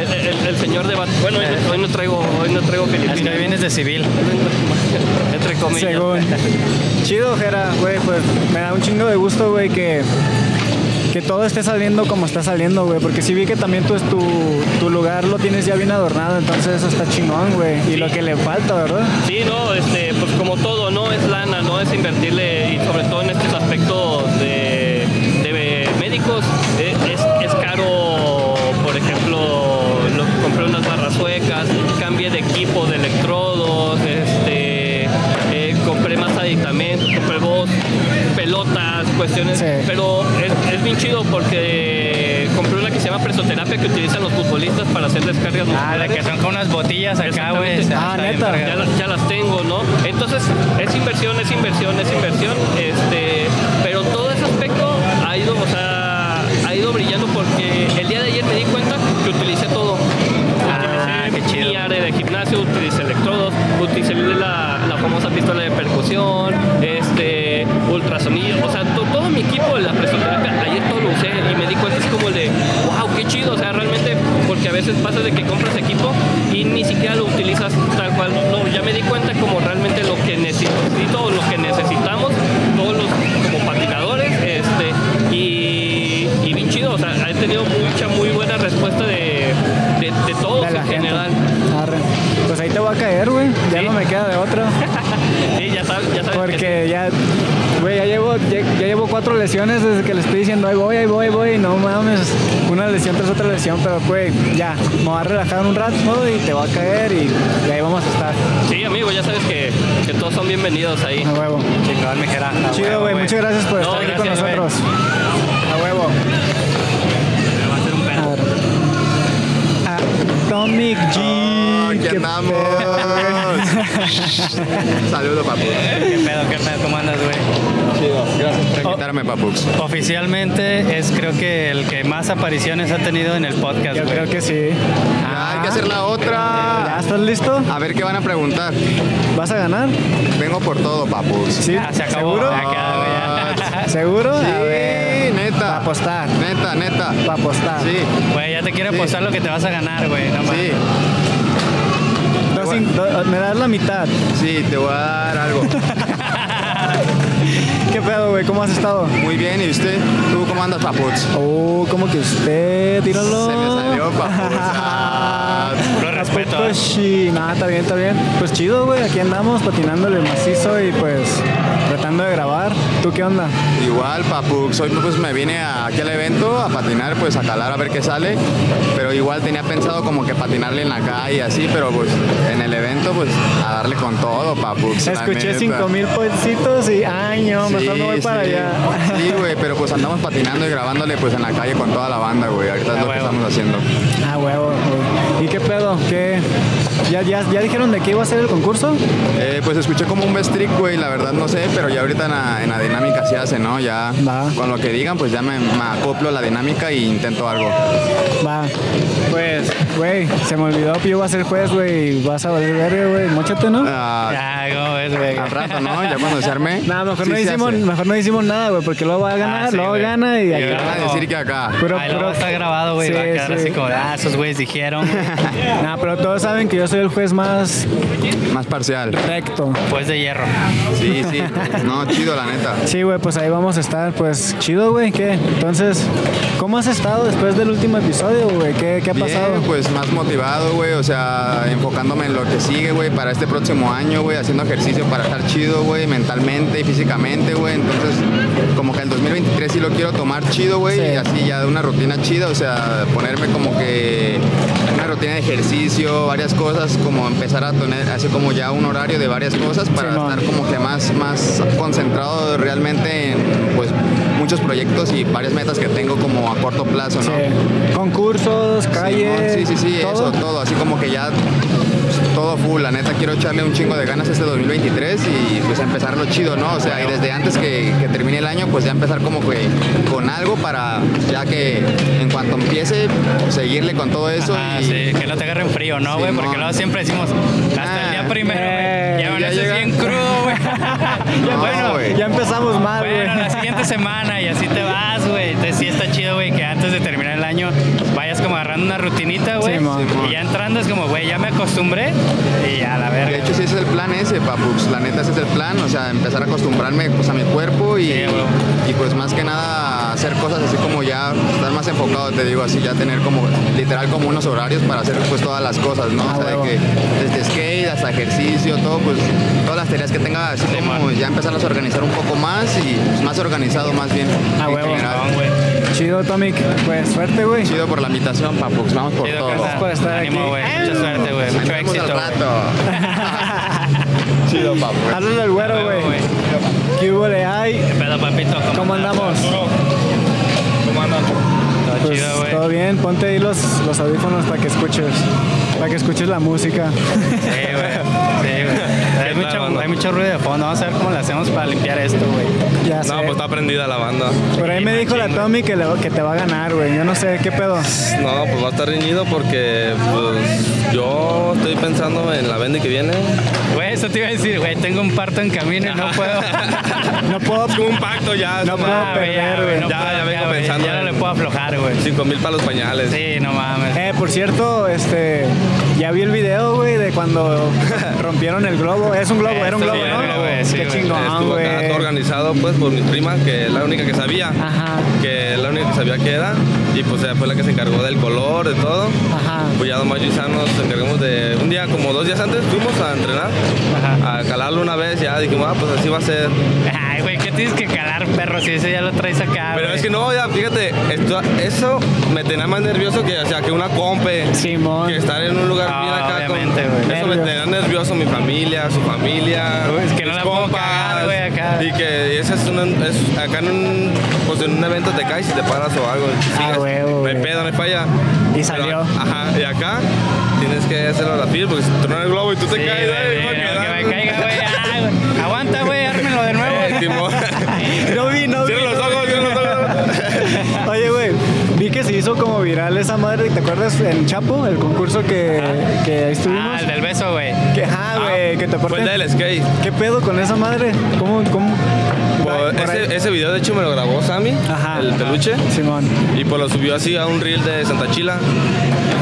el, el- el señor de bat- bueno, hoy, no- hoy no traigo, hoy no traigo Es que Filipinas. hoy vienes de civil. Entre comillas. Según. <laughs> Chido, Jera, güey, pues me da un chingo de gusto, güey, que, que todo esté saliendo como está saliendo, güey. Porque sí vi que también pues, tu, tu lugar lo tienes ya bien adornado, entonces eso está chingón, güey. Y lo que le falta, ¿verdad? Sí, no, este, pues como todo, ¿no? Es lana, ¿no? Es invertirle y sobre todo en estos aspectos de, de médicos. Eh, Es, es caro, por ejemplo, lo, compré unas barras suecas, cambié de equipo, de electrodos, este, eh, compré más aditamentos, compré voz, pelotas, cuestiones. Sí. Pero es, es bien chido porque compré una que se llama presoterapia que utilizan los futbolistas para hacer descargas Ah, de musculares. que son con unas botillas acá, güey. Exactamente. Está- Ah, está bien neta. verga. ya, la- ya las tengo, ¿no? Entonces, es inversión, es inversión, es inversión, este, pero todo ese aspecto ha ido, o sea, ha ido brillando porque el día de ayer me di cuenta que utilicé todo. Ah, Utilicé qué chido. mi área de gimnasio, utilicé electrodos, utilicé la, la famosa pistola de percusión, este, ultrasonido, o sea, to- todo mi equipo de la presoterapia, ayer todo lo usé y me di cuenta es como de, wow, qué chido, o sea, realmente, porque a veces pasa de que compras equipo y ni siquiera lo utilizas tal cual, no, ya me di cuenta como realmente lo que necesito, o lo que necesitamos, todos los como patinadores, este, y, y bien chido, o sea, he tenido mucha, muy buena respuesta de, de, de todos De la en gente. general. Arre. Pues ahí te voy a caer, güey. Ya Sí. no me queda de otra. <laughs> Sí, ya sabes, ya sabes. que Porque ya, güey, ya llevo, ya, ya llevo cuatro lesiones desde que le estoy diciendo, ahí voy, ahí voy, ahí voy. No mames, una lesión tras otra lesión, pero güey, ya, me voy a relajar un rato y te va a caer y, y ahí vamos a estar. Sí, amigo, ya sabes que, que todos son bienvenidos ahí. A huevo. Chingón, mi Jera. A Chido, huevo, güey, muchas gracias No, por estar aquí gracias, con güey. nosotros. A huevo. Arre. Atomic G. Aquí qué andamos. Saludo, papu. ¿Qué pedo, qué pedo? ¿Cómo andas, güey? Por invitarme, papux. Oficialmente es creo que el que más apariciones ha tenido en el podcast, Yo güey. creo que sí. Ah. Ya, hay que hacer la ¿Ya otra. estás listo? A ver qué van a preguntar. ¿Vas a ganar? Vengo por todo, papux. Sí. Ah, se acabó. ¿Seguro? Acá, güey, ya. ¿Seguro? Ah, Ah, Sí, A ver. neta. Para apostar. Neta, neta. Para <laughs> apostar. Sí, Güey, ya te quiero apostar lo que te vas a ganar, güey. No mames. sí, Dos Bueno. cin- do- ah, me das la mitad. sí, te voy a dar algo. ¿Qué pedo, güey? ¿Cómo has estado? Muy bien, ¿y usted? ¿Tú cómo andas, papux? Oh, como que usted, tíralo. Se me salió, papus. Ah, Lo respeto. Pues sí, nada, está bien, está bien. Pues chido, güey, aquí andamos patinándole macizo y pues tratando de grabar. ¿Tú qué onda? Igual, Papux, hoy pues me vine a- aquí al evento a patinar, pues a calar a ver qué sale, pero igual tenía pensado como que patinarle en la calle y así, pero pues en el evento pues a darle con todo, Papux. la Escuché neta. 5000 pesitos y ay, no, Sí, mejor me voy para sí. allá. Sí, güey, pero pues andamos patinando y grabándole pues en la calle con toda la banda, güey. Ahorita es lo que huevo. estamos haciendo. Ah, huevo, güey. ¿Y qué pedo? ¿Qué? ¿Ya, ya, ¿Ya dijeron de qué iba a ser el concurso? Eh, pues escuché como un best trick, güey, la verdad no sé, pero ya ahorita en la, en la dinámica se hace, ¿no? Ya Va. con lo que digan, pues ya me, me acoplo a la dinámica e intento algo. Va. Pues, güey, se me olvidó que yo iba a ser juez, güey, y vas a valer verga, güey. Móchate, ¿no? Ah, Ya, ¿cómo ves, güey? al rato, ¿no? Ya cuando se arme. <laughs> Nada, mejor, sí no se hicimos, hace. mejor no hicimos nada, güey, porque luego va a ganar, Ah, sí, luego güey. gana y Y ahí luego- Van a decir que acá. Puro, Ahí luego puro- está grabado, güey. Sí, va a quedar sí. así como, ah, esos güeyes <laughs> dijeron. Nah, Ah, pero todos saben que yo soy el juez más Más parcial. recto. Pues de hierro. Sí, sí. No, chido, la neta. Sí, güey, pues ahí vamos a estar. Pues chido, güey, ¿qué? Entonces, ¿cómo has estado después del último episodio, güey? ¿Qué, qué ha Bien, pasado? pues más motivado, güey, o sea, enfocándome en lo que sigue, güey, para este próximo año, güey, haciendo ejercicio para estar chido, güey, mentalmente y físicamente, güey, entonces como que el 2023 sí lo quiero tomar chido, güey, Sí. y así ya de una rutina chida, o sea, ponerme como que una rutina de ejercicio, varias cosas, como empezar a tener, así como ya un horario de varias cosas para Simón. estar como que más, más concentrado realmente en, pues, muchos proyectos y varias metas que tengo como a corto plazo, ¿no? Sí. Concursos, calles. Simón, sí, sí, sí, ¿todo? eso, todo. Así como que ya pues, todo full. La neta, quiero echarle un chingo de ganas este 2023 y pues empezarlo chido, ¿no? O sea, y desde antes que, que termine el año, pues ya empezar como que con algo para ya que en cuanto empiece, seguirle con todo eso. Ajá, y, sí, que no te agarren frío, ¿no, güey? Porque Simón. luego siempre decimos, hasta el Ah, día primero, eh, güey. ya Ya amaneces llega. bien crudo, güey. No, bueno, güey. Ya empezamos mal, güey. Bueno, la siguiente semana y así te vas, güey. Entonces sí está chido, güey, que antes de terminar el año vayas como agarrando una rutinita, güey. Simón. y ya entrando es como, güey, ya me acostumbré y ya la verga. De hecho, sí ese es el plan ese, papux. La neta, ese es el plan. O sea, empezar a acostumbrarme pues, a mi cuerpo y, Sí, güey. y, pues más que nada hacer cosas así como ya estar más enfocado, te digo, así ya tener como literal como unos horarios para hacer pues todas las cosas, ¿no? Ah, o sea, de huevo. que desde skate hasta ejercicio, todo, pues todas las tareas que tenga, así como ya empezarlas a organizar un poco más y pues, más organizado más bien. Ah, en huevo. general. Chingón, güey. Chido, Tomic. Pues suerte, güey. Chido por la invitación, papux. Vamos por Chido, todo. carnal. por estar Ánimo, aquí. güey. Mucha suerte, güey. Nos Mucho vemos éxito. al güey. rato. Chido, papux. Háblale al güero, Huevo, güey. ¿Qué hubo le hay? ¿Qué pedo, papito? ¿Cómo andamos? ¿Cómo andan? Todo Pues, chido, güey. todo bien, ponte ahí los, los audífonos para que escuches. Para que escuches la música. Sí, güey. Sí, güey. Hay, mucho, hay mucho ruido de fondo. Vamos a ver cómo le hacemos para limpiar esto, güey. Ya sé. No, pues está prendida la banda. Por ahí me dijo la Tommy que, le- que te va a ganar, güey. Yo no sé, ¿qué pedo? No, pues va a estar reñido porque pues, Yo estoy pensando en la vende que viene. Güey, eso te iba a decir, güey, tengo un parto en camino y no puedo. <laughs> No puedo. Es como un pacto ya. No es una- puedo perder, güey. no Ya, puedo, ya vengo güey, pensando Ya no en- le puedo aflojar, güey. Cinco mil para los pañales. Sí, no mames. Eh, por cierto, este, ya vi el video, güey, de cuando <laughs> rompieron el globo. Es un globo, era un globo, Sí, era, ¿no? güey, sí, Qué güey. chingón, Estuvo acá todo güey. organizado pues por mi prima, que es la única que sabía. Ajá, Que es la única que sabía que era. Y pues ella fue la que se encargó del color, de todo. ajá. Pues ya Don y Sam nos encargamos de. Un día, como dos días antes, fuimos a entrenar. Ajá. A calarlo una vez, ya dijimos, ah, pues así va a ser. Ay, güey, ¿qué tienes que calar, perro? Si ese ya lo traes acá. Pero güey. es que no, ya, fíjate, esto- eso me tenía más nervioso que, o sea, que una compe. Simón. Que estar en un lugar Ah, bien acá. con- obviamente, güey. eso me Nervios. tenía nervioso, mi familia, su familia. Uy, es que no mis la puedo cagar, güey, acá. Y que ese es un. es- acá en un. Pues en un evento te caes y te paras o algo. y Ah, sigues. huevo, No hay güey. pedo, no hay falla. Y salió. ajá, y acá tienes que hacerlo rápido porque si te truena el globo y tú te Sí, caes, güey, güey, que va a me quedar- caiga, güey. Ay, güey. Aguanta, güey, ármelo de nuevo. Eh, <laughs> Simón. No vi, no vi. Cierra los ojos, cierra los ojos. Oye, güey, vi que se hizo como viral esa madre, ¿te acuerdas? El Chapo, el concurso que, que ahí Ah, estuvimos. el del beso, güey. Que, ajá, Ah, güey, que te Fue el porten. del skate. ¿Qué pedo con esa madre? ¿Cómo, cómo? Por- Por ahí. ese, ese video de hecho me lo grabó Sammy, Ajá. el peluche, Simón. y pues lo subió así a un reel de Santa Chila.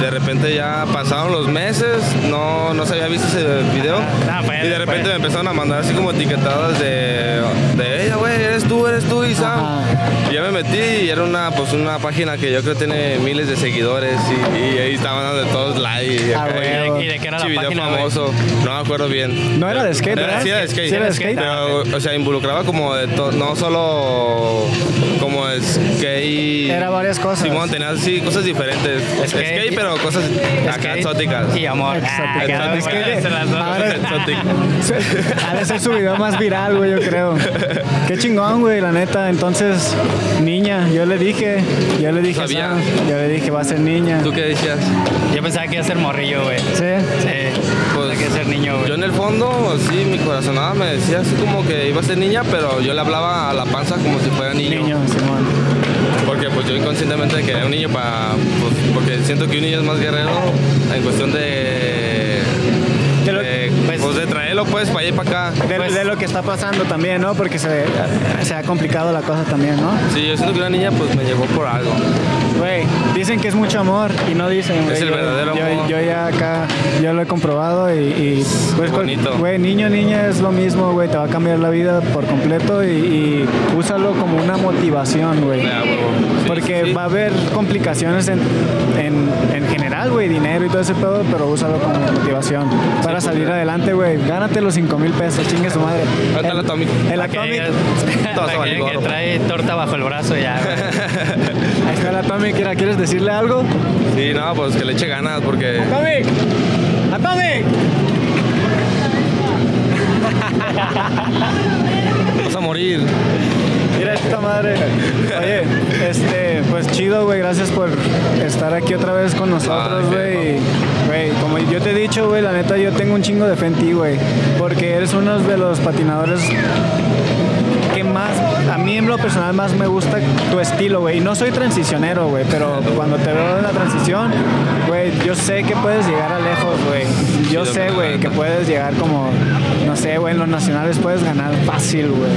De repente ya pasaron los meses, no, no se había visto ese video. Ah, fue y de después. repente pues. me empezaron a mandar así como etiquetadas de, de ella, güey, eres tú, eres tú y Sam. Y ya me metí y era una, pues, una página que yo creo tiene miles de seguidores y, y ahí estaban dando de todos like. y Ah, acá, ¿Y de, güey. y de qué era la Pinche video página, güey? famoso, no me acuerdo bien. No era de skate, Era- ¿verdad? Sí, era de skate. Sí, era de skate. Pero, o sea, involucraba como de to- no solo como skate. Era varias cosas. Simón, tenía sí, cosas diferentes. Skate. Skate, pero cosas acá Skate exóticas. Y amor. Exótica. Ah, Es que- se las dos. Ahora- Exóticas. <laughs> Ha de ser su video más viral, güey, yo creo. Qué chingón, güey, la neta. Entonces, niña, yo le dije, yo le dije, Sabía. "Sam", yo le dije, va a ser niña. ¿Tú qué decías? Yo pensaba que iba a ser morrillo, güey. Sí. Sí. Pensaba que iba a ser niño, güey. Pues, Yo en el fondo, sí, mi corazonada me decía así como que iba a ser niña, pero yo le hablaba a la panza como si fuera niño. Niño, Simón. Porque pues yo inconscientemente quería un niño para... pues, porque siento que un niño es más guerrero en cuestión de... Que lo- de- pues- pues de traerlo pues para allá y para acá. De, Pues- de lo que está pasando también, ¿no? Porque se, se ha complicado la cosa también, ¿no? Sí, yo siento que una niña pues me llegó por algo. Güey, dicen que es mucho amor y no dicen, güey. Es el Yo- verdadero yo, amor. Yo ya acá, yo lo he comprobado y, y, pues, cual- bonito. Güey, niño, niña es lo mismo, güey. Te va a cambiar la vida por completo y, y úsalo como una motivación, güey. Ya, Ah, huevo. Sí, Porque sí, sí. va a haber complicaciones en, en, en general, güey, dinero y todo ese pedo, pero úsalo como motivación pues, para salir adelante, güey. Gánate los 5 mil pesos, chingue su madre. Ahorita El- el Atomic. El Que <laughs> Atomic, Todo digas- para se vale que diga que gorro. trae torta bajo el brazo ya, <laughs> güey. ahí está el Atomic, mira, ¿quieres decirle algo? Sí, no, pues que le eche ganas porque... ¡Atomic! ¡Atomic! Vas a morir. Mira esta madre. Oye, este, pues chido, güey. Gracias por estar aquí otra vez con nosotros, Ah, sí, güey. Güey, como yo te he dicho, güey, la neta yo tengo un chingo de fe en ti, güey. Porque eres uno de los patinadores que más, a mí en lo personal más me gusta tu estilo, güey. Y no soy transicionero, güey, pero cuando te veo en la transición, güey, yo sé que puedes llegar a lejos, güey. Yo Chido, sé, mi güey, que neta. puedes llegar como, no sé, güey, en los nacionales puedes ganar fácil, güey.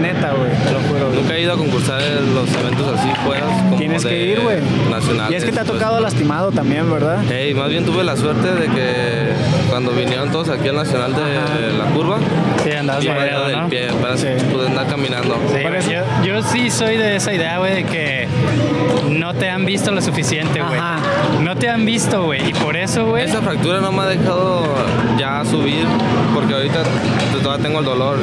Neta, güey, te lo juro, güey. Nunca he ido a concursar en los eventos así fuera. como Tienes que de ir, güey. Nacionales. Y es que te ha pues. tocado lastimado también, ¿verdad? Hey, más bien tuve la suerte de que cuando vinieron todos aquí al Nacional de la Curva, Sí, andabas sí, madreado, del ¿no? pie, para Sí. poder andar caminando. Sí, güey, yo, yo sí soy de esa idea, güey, de que no te han visto lo suficiente, güey. Ajá. No te han visto, güey. Y por eso, güey. Esa fractura no me ha dejado ya subir porque ahorita todavía tengo el dolor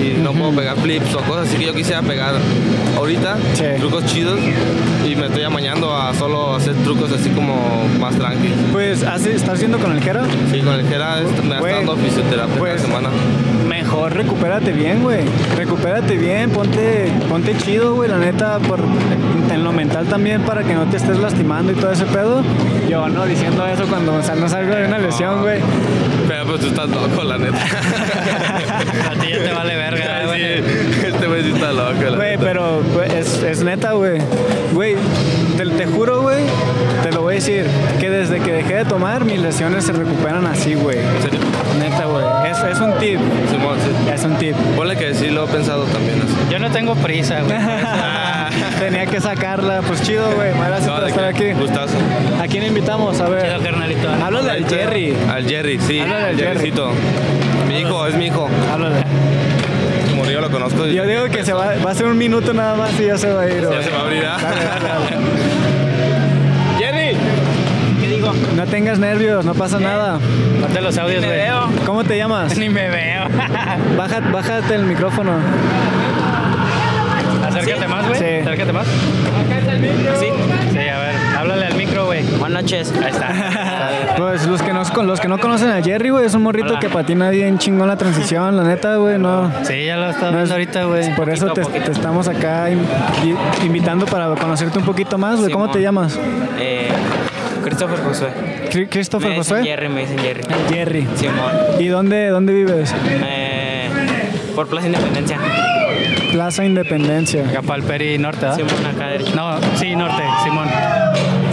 y no puedo pegar flips o cosas así que yo quisiera pegar ahorita, Sí. trucos chidos y me estoy amañando a solo hacer trucos así como más tranqui. Pues, ¿hace- ¿estás yendo con el Jero? Sí, con el Jera est- me Güey, está dando fisioterapia pues, cada semana. Mejor recupérate bien, güey. Recupérate bien, ponte, ponte chido, güey, la neta, por, en lo mental también para que no te estés lastimando y todo ese pedo. Yo no diciendo eso cuando o sea, no salgo de una lesión, güey. Pero pues tú estás loco, la neta. <laughs> A ti ya te vale verga, <laughs> Sí, güey. este güey sí está loco, la Güey, neta. pero güey, es, es neta, güey. Güey, te- te juro, güey, te lo voy a decir, que desde que dejé de tomar, mis lesiones se recuperan así, güey. En serio. Neta, güey. Es, es un <laughs> tip. <laughs> Simón, sí. Es un tip. Ponle que sí lo he pensado también así. Yo no tengo prisa, güey. Tenía que sacarla. Pues chido, güey. Gracias No, por de estar que- aquí. Gustazo. ¿A quién invitamos? A Chido, ver. carnalito. Háblale al Jerry. Al Jerry, sí. Háblale al al Jerry. Jerrycito. Mi hijo, es mi hijo. Háblale. Como yo lo conozco. y- Yo digo que se va, va a ser un minuto nada más y ya se va a ir, Ya güey. se va a abrir. ¿ah? Dale, <laughs> dale, dale. No tengas nervios, no pasa nada. Ponte los audios, güey. ¿Cómo te llamas? Ni me veo. <laughs> Baja, bájate el micrófono. Acércate más, güey. Sí. Acércate más. Sí. Sí, a ver. Háblale al micro, güey. Buenas noches. Ahí está. Pues los que, nos, con los que no conocen a Jerry, güey, es un morrito Hola. que patina bien chingón la transición, la neta, güey, no. Sí, ya lo estás No viendo es- ahorita, güey. Por eso Poquito a te, poquito. te estamos acá in- i- invitando para conocerte un poquito más, güey. ¿Cómo Simón. te llamas? Eh, Christopher Josué. Cri- Christopher me dicen José. Jerry, me dicen Jerry. Jerry. Simón. ¿Y dónde, dónde vives? Eh, por Plaza Independencia. Plaza Independencia. Acá pa'l Peri Norte, ¿verdad? Simón, acá derecho. No, sí, Norte, Simón.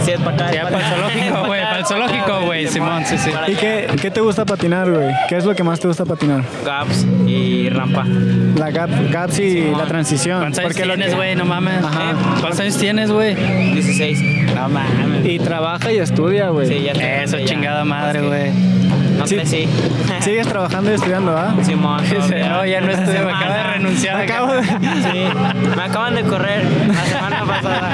Sí, es para acá. Ya para el zoológico, <laughs> güey, para el zoológico, güey, Simón, sí, sí. Para ¿Y allá. qué, qué te gusta patinar, güey? ¿Qué es lo que más te gusta patinar? Gaps y rampa. La gap, gaps y Simón. la transición. ¿Cuántos años Porque lo tienes, que- güey? No mames. ¿Eh? Ajá. ¿Cuántos años tienes, güey? 16. No <laughs> mames. Y trabaja y estudia, güey. Sí, ya te- Eso, ya. chingada madre, güey. No Sí. crecí. <laughs> Sigues trabajando y estudiando, ¿ah? Simón. Dice, todavía. no, ya no Esta estoy, me acabo de semana. renunciar. acá". Acabo <laughs> de- Sí, me acaban de correr la semana pasada,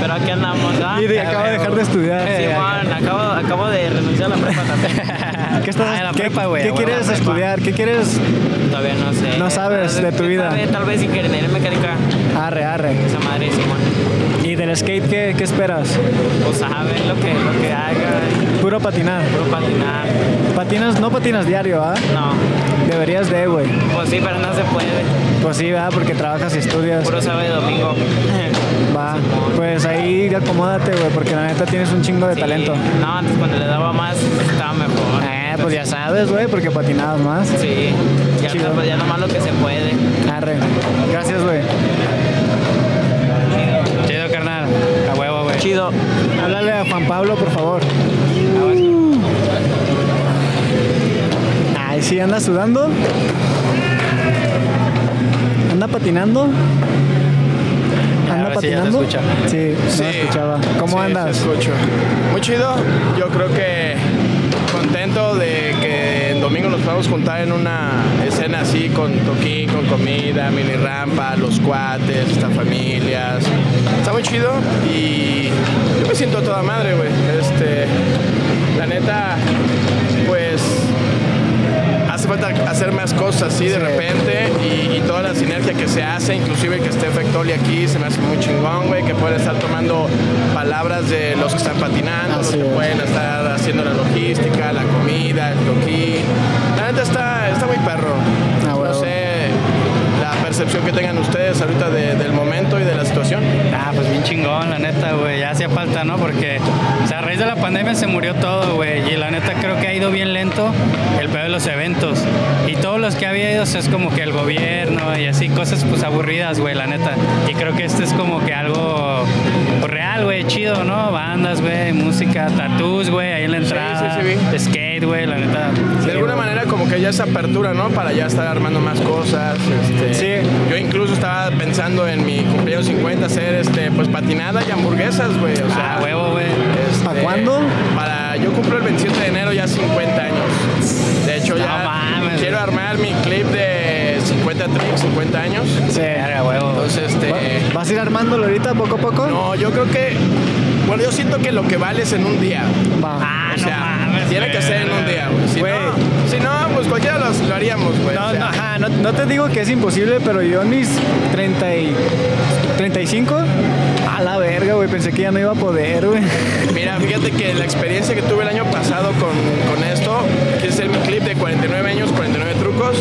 pero aquí andamos, ¿ah? Y de- acabo de dejar de estudiar. Simón, acabo, acabo de renunciar a la prepa también. ¿Qué, estás, Ah, en la qué- prepa, güey, qué a huevo, quieres la prepa. estudiar? ¿Qué quieres? Todavía no sé. No sabes Tal vez- de tu quién vida. sabe, Tal vez ingeniería mecánica, Arre, arre. esa madre, Simón. ¿Y del skate qué, qué esperas? O sabe lo que, lo que haga, Puro patinar. puro patinar. Patinas, no patinas diario, ¿ah? No, Deberías de, güey. pues sí, pero no se puede. Pues sí, ¿verdad? Porque trabajas y estudias. Puro sábado y domingo. <laughs> Va. Pues ahí acomódate, güey, porque la neta tienes un chingo de Sí. talento. No, antes cuando le daba más, estaba mejor. Eh, pues ya sabes, güey, porque patinabas más. Sí, ya, Chido. no, ya nomás lo que se puede. Arre. Gracias, güey. Chido, carnal. A huevo, güey. Chido. Háblale a Juan Pablo, por favor. Ay, sí, anda sudando. Anda patinando. Anda ahora sí ya se patinando. escucha. sí, Sí. no escuchaba. ¿Cómo Sí, andas? sí escucho. Muy chido. Yo creo que contento de que el domingo nos podamos juntar en una escena así con toquín, con comida, mini rampa, los cuates, estas familias. Está muy chido y yo me siento a toda madre, güey. Este, la neta, pues hace falta hacer más cosas así de repente y, y toda la sinergia que se hace, inclusive que esté Fectoli aquí, se me hace muy chingón, güey, que pueden estar tomando palabras de los que están patinando, los Así que es. pueden estar haciendo la logística, la comida, el toquín. La neta está, está muy perro. Ah, no huevo. sé la percepción que tengan ustedes ahorita de- del momento y de la situación. Ah, pues bien chingón, la neta, güey. Ya hacía falta, ¿no? Porque, o sea, a raíz de la pandemia se murió todo, güey. Y la neta creo que ha ido bien lento el pedo de los eventos. Y todos los que ha habido o sea, es como que el gobierno y así, cosas pues aburridas, güey, la neta. Y creo que este es como que algo pues, real, güey, chido, ¿no? Bandas, güey, música, tatús, güey, ahí en la entrada. sí, sí, vi. Skate, güey, la neta. De alguna manera como que ya esa apertura, ¿no? Para ya estar armando más cosas. Este, Sí. Yo incluso estaba pensando en mi cumpleaños 50 hacer este, pues patinada y hamburguesas, güey. O sea, Ah, huevo, güey. este, ¿Para cuándo? Para, yo cumplo el 27 de enero ya 50 años. De hecho No ya mames, quiero güey. armar mi clip de 50 trips, 50 años. Sí. Verga, huevo. Entonces, este... ¿Vas a ir armándolo ahorita poco a poco? No, yo creo que... Bueno, yo siento que lo que vale es en un día. Va. Ah, O no sea, mames, tiene que güey. ser en un día, güey. Si, Güey. no, si no, pues cualquiera los- lo haríamos, güey. No, O sea, no, ajá, no, no te digo que es imposible, pero yo en mis 30 y 35, a la verga, güey, pensé que ya no iba a poder, güey. Mira, fíjate que la experiencia que tuve el año pasado con, con esto, quise hacer mi clip de 49 años, 49 trucos,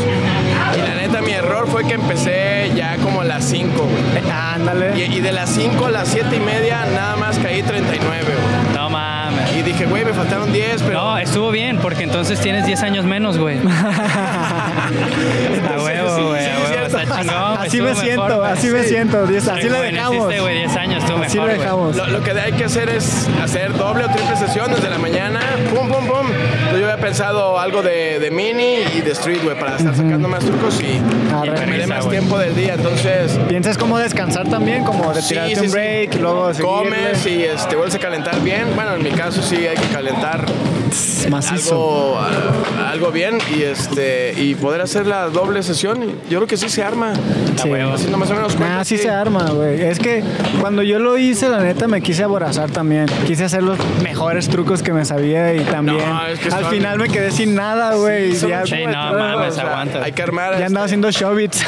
y la neta mi error fue que empecé ya como a las 5, güey. Eh, Ándale. Y, y de las 5 a las 7 y media nada más caí 39, güey. No mames. Y dije, güey, me faltaron 10, pero... No, estuvo bien, <laughs> porque entonces tienes 10 años menos, güey. a Sí, huevo, sí, güey. sí, a es huevo. cierto, está chingón, güey, así me estuvo siento, mejor, güey. así me Sí. siento. diez- Sí, Así la güey, lo dejamos. hiciste, güey, 10 años, tú mejor, Así la güey. dejamos. Lo, lo que hay que hacer es hacer doble o triple sesión desde la mañana, pum, pum, pum. Entonces, yo había pensado algo de, de mini y de street, güey, para estar sacando más trucos y, Arre. y me dé Permiso, más güey. tiempo del día. Entonces, ¿Piensas cómo descansar también? Como de Sí, tirarte sí, un sí. break, y luego comes y este, vuelves a calentar bien. Bueno, en mi caso sí hay que calentar y algo, macizo. a- algo bien y este y poder hacer la doble sesión. y Yo creo que sí se arma. Sí. Haciendo más o menos Nah, cuentas, Ah, sí se arma, güey. Es que cuando yo lo hice, la neta, me quise aborazar también. Quise hacer los mejores trucos que me sabía y también. No, es que Al son- final me quedé sin nada, güey. son ya, un Sí, no güey, mames, o sea, aguanta. Hay que armar. ya andaba este, <laughs> haciendo showbits.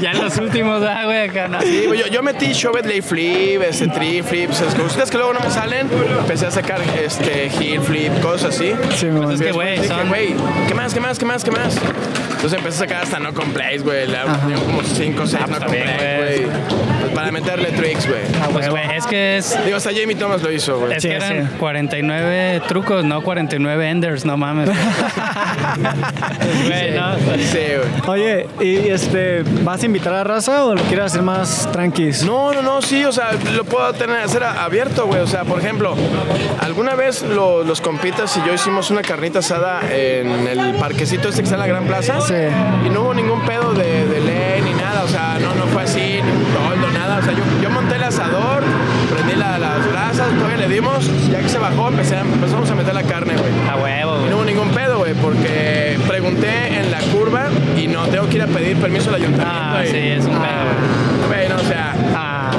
Ya en los últimos, ah, güey, acá no. Sí, güey, yo, yo metí Shovet Lay Flip, este, Tree Flip, esas cositas que luego no me salen. Empecé a sacar este, Heel Flip, cosas así. Sí, me es mandé. que, güey, Dije, son- güey, ¿qué más, qué más, qué más, qué más? Entonces empecé a sacar hasta No Complace, güey. Le tengo como 5 o 6 No está bien, Complace, güey. Para meterle tricks, güey. Pues, güey, es que es. Digo, hasta Jamie Thomas lo hizo, güey. Es Sí, que eran sí. 49 trucos, no 49 enders, no mames. <laughs> Ah, Güey, no, Sí, güey. Oye, ¿y este, vas a invitar a raza o lo quieres hacer más tranquis? Pues No, no, no, sí, o sea, lo puedo tener, hacer a- abierto, güey. O sea, por ejemplo, alguna vez lo- los compitas y yo hicimos una carnita asada en el parquecito este que está en la Gran Plaza. Sí. Y no hubo ningún pedo de, de ley ni nada, o sea, no, no fue así, ningún toldo, nada. O sea, yo, yo monté el asador, prendí la- las brasas, todavía le dimos, ya que se bajó, empecé a- empezamos a meter la carne, güey. a huevo, Y güey. No hubo ningún pedo, güey, porque pregunté en la curva y no, tengo que ir a pedir permiso al ayuntamiento. Ah, y- sí, es un pedo, güey. Ah, Güey, no, o sea,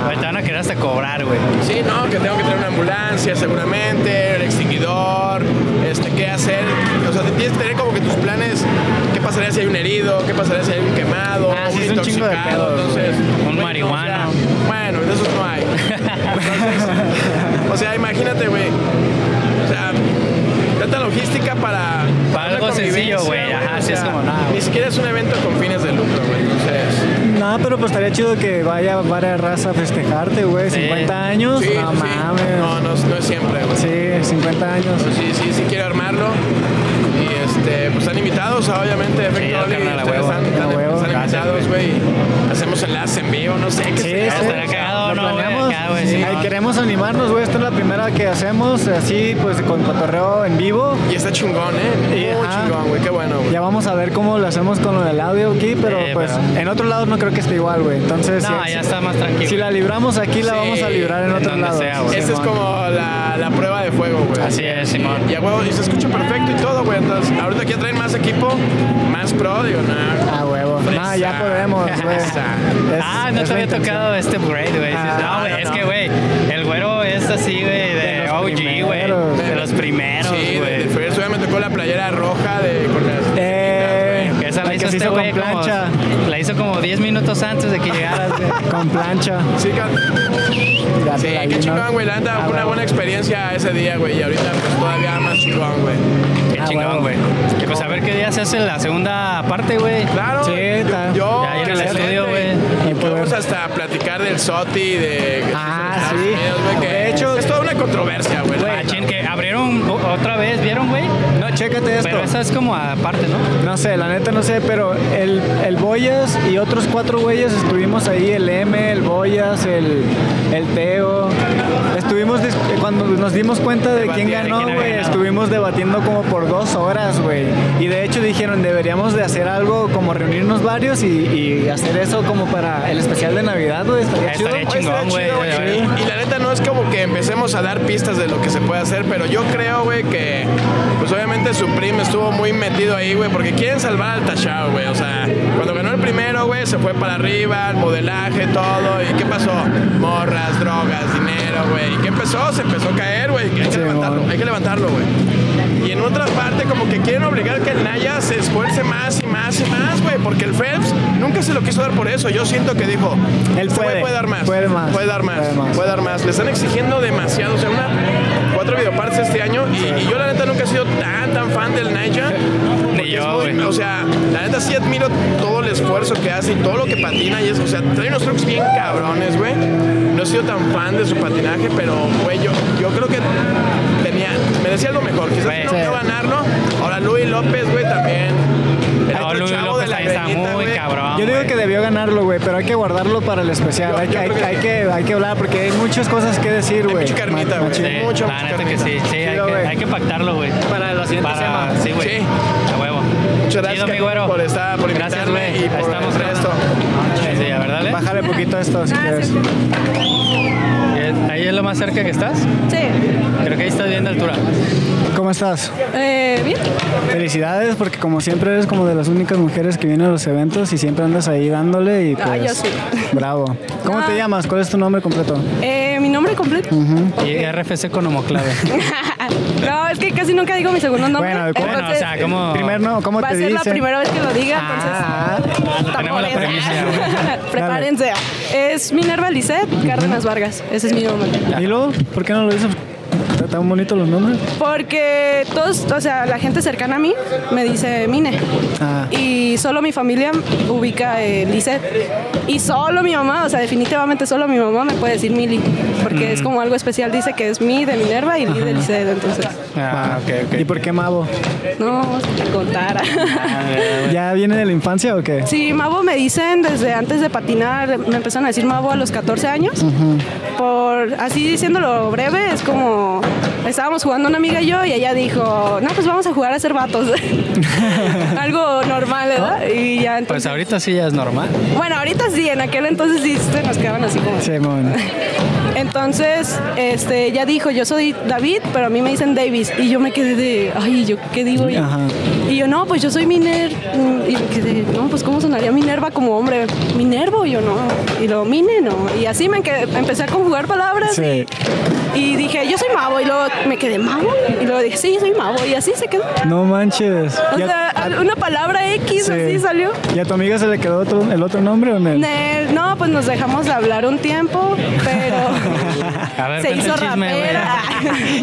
Güey, te van a querer hasta cobrar, güey. sí, no, que tengo que tener una ambulancia seguramente, el extinguidor, este, qué hacer. O sea, tienes que tener como que tus planes, qué pasaría si hay un herido, qué pasaría si hay un quemado, Ah, sí, un es un chingo de intoxicado, pedos, entonces... Un güey, no, marihuana. o sea, bueno, de esos no <laughs> hay. Entonces, o sea, imagínate, güey, o sea... Tanta logística para... Para una algo sencillo, convivencia, güey, ajá, o sí, es sea, como nada, güey. Ni siquiera es un evento con fines de lucro, güey. Entonces, No, pero pues estaría chido que vaya varias raza a festejarte, güey. Sí. 50 años. sí, no sí, sí. mames. No, no, no es siempre, güey. Sí, 50 años. Pues sí, sí, sí quiero armarlo. Y este, pues están invitados, obviamente, Efecto Oli, carnal, a ustedes huevo. están, están- A huevo. están Gracias, invitados, güey. Hacemos enlace en vivo, no sé qué Sí, sé yo. sí. Estaría cagado, ¿no, Lo güey? planeamos. Acá, güey, sí, Ay, ¿no? Queremos animarnos, güey. Esta es la primera que hacemos, así, pues con cotorreo en vivo. Y está chingón, ¿eh? Y, Muy ajá. chingón, güey, qué bueno, güey. Ya vamos a ver cómo lo hacemos con lo del audio aquí, pero Sí, pues Eh, pero- en otro lado no creo que esté igual, güey. Entonces, No, si, ya está más tranquilo. si la libramos aquí, la vamos a librar en en otro donde lado. sea, güey. Esta es Simón. como la, la prueba de fuego, güey. Así es, Simón. Y a huevo, y se escucha perfecto y todo, güey. Entonces, ahorita aquí ya traen más equipo, más pro, digo, nada. Ah, huevo. Fresa. No, ya <laughs> podemos, güey. Fresa. Es- Ah, no es te la había intención. tocado este upgrade, güey. Ah, no, güey, no, es no. que, güey, el güero es así, güey, de, los OG, primeros. güey. De los primeros, Sí, de, güey. de First, güey, me tocó la playera roja de, con las... Eh, Esa la la que hizo se este hizo güey con como- plancha. La hizo como 10 minutos antes de que llegaras, güey. <laughs> Con plancha. Sí, cal- Ya Sí, te la vi, qué ¿no? chingón, güey. La neta, Ah, fue una huevo. buena experiencia ese día, güey. Y ahorita, pues todavía más chingón, güey. Qué Ah, chingón, güey. bueno. Y pues a ver qué día se hace la segunda parte, güey. Claro. Sí, está. Yo, Ya, ya en el excelente. estudio, güey. Y Hay que podemos ver. hasta platicar del SOTI, de. Ah, de sí. Estados Unidos, güey, que De hecho- es toda una controversia, güey. la Güey, neta. chin, que abrieron o- otra vez, ¿vieron, güey? No, chécate esto. Pero esa es como aparte, ¿no? No sé, la neta no sé, pero el, el Boyas y otros cuatro güeyes estuvimos ahí, el M, el Boyas, el, el Teo. Estuvimos, dis- cuando nos dimos cuenta de quién Debatiendo de ganó, quién había güey, ganado. estuvimos debatiendo como por dos horas, güey. Y de hecho dijeron, deberíamos de hacer algo como reunirnos varios y, y hacer eso como para el especial de Navidad, güey. Estaría chido. Estaría Güey, chingón, estaría güey, chido, güey, güey. Y la neta no es como que empecemos a dar pistas de lo que se puede hacer, pero yo creo, güey, que pues obviamente Supreme estuvo muy metido ahí, güey, porque quieren salvar al Tachao, güey. O sea, cuando ganó el primero, güey, se fue para arriba, el modelaje, todo. ¿Y qué pasó? Morras, drogas, dinero, güey. ¿Y qué empezó? Se empezó a caer, güey. Hay que Sí, levantarlo, mon. hay que levantarlo, güey. Y en otra parte, como que quieren obligar que el Naya se esfuerce más y más y más, güey, porque el Phelps nunca se lo quiso dar por eso. Yo siento que dijo, Él este güey puede, puede dar más. puede más, Puede dar más. puede más. Puede dar más. Le están exigiendo demasiado. O sea, una, cuatro videoparts este año. Y, y yo, la neta, nunca he sido tan, tan fan del Naya. porque yo, es muy- güey. O sea, la neta sí admiro todo el esfuerzo que hace y todo lo que patina. Y es, o sea, trae unos trucos bien cabrones, güey. No he sido tan fan de su patinaje, pero, güey, yo, yo creo que tenía, merecía algo mejor. Quizás Güey. no quiero ganarlo. Ahora, Luis López, güey, también. El No, otro Luis chavo López de la está sí, está greñita, muy güey. cabrón. Yo digo güey. que debió ganarlo, güey, pero hay que guardarlo para el especial. Yo- hay, yo hay- creo que hay sí. que, hay que hablar porque hay muchas cosas que decir, güey. mucha carnita, Ma- machín. güey. Sí, mucho, la mucho neta Ah, que sí, sí, hay Chido, que, güey. hay que pactarlo, güey. Para la siguiente semana. Sí, güey. Sí. A huevo. Muchas gracias Chido, mi Karim, güero. por estar, por Gracias, invitarme güey. y Ahí por estamos, hacer esto. carnal. Sí, ¿verdad, eh? Bájale poquito esto si Ah, quieres. sí, Ahí es lo más cerca que estás. sí. Creo que ahí estás bien de altura. ¿Cómo estás? Eh, bien. Felicidades porque como siempre eres como de las únicas mujeres que vienen a los eventos y siempre andas ahí dándole y pues... Ah, yo sí. Bravo. ¿Cómo Ah. te llamas? ¿Cuál es tu nombre completo? Eh, Mi nombre completo. Y RFC con homoclave. no, es que casi nunca digo mi segundo nombre. Bueno, ¿cómo- Bueno, o sea, como. Primero, no, ¿cómo va a te ser dicen? la primera vez que lo diga, entonces. Ah, tenemos la tambores. premisa, Prepárense. Es Minerva Lisset Cárdenas Vargas. Ese es mi nombre. ¿Y luego? ¿Por qué no lo dices? ¿Está ¿Tan bonitos los nombres? Porque todos, o sea, la gente cercana a mí me dice Mine. Ah. Y solo mi familia ubica eh, Lisette. Y solo mi mamá, o sea, definitivamente solo mi mamá me puede decir Mili. Porque es como algo especial. Dice que es mi de Minerva y Li de Lisette. Entonces, Ah, ok, ok. ¿Y por qué Mabo? no, si te contara. Ah, ¿Ya viene de la infancia o qué? <laughs> Sí, Mabo me dicen desde antes de patinar, me empezaron a decir Mabo a los 14 años. Por así diciéndolo breve, es como estábamos jugando una amiga y yo y ella dijo, "No, pues vamos a jugar a ser vatos." <laughs> Algo normal, ¿verdad? Y ya Pues entonces ahorita sí ya es normal. Bueno, ahorita sí, en aquel entonces sí se nos quedaban así como Simón. <laughs> entonces, este, ya dijo, yo soy David, pero a mí me dicen Davis. Y yo me quedé de, ay, ¿yo qué digo? Y, Ajá. y yo, no, pues yo soy Miner. mm, Y me quedé, no, pues ¿cómo sonaría Minerva como hombre? Minervo, yo no. Y luego, Mine, no. Y así me quedé- empecé a conjugar palabras. Sí. Y dije, yo soy Mavo. Y luego me quedé, ¿Mavo? Y luego dije, sí, soy Mavo. Y así se quedó. No manches. O Ya- sea, al- una palabra X sí. así salió. ¿Y a tu amiga se le quedó otro, el otro nombre o no? Nel, No, pues nos dejamos de hablar un tiempo, <laughs> pero A ver, se cuenta hizo el chisme, güey. rapera.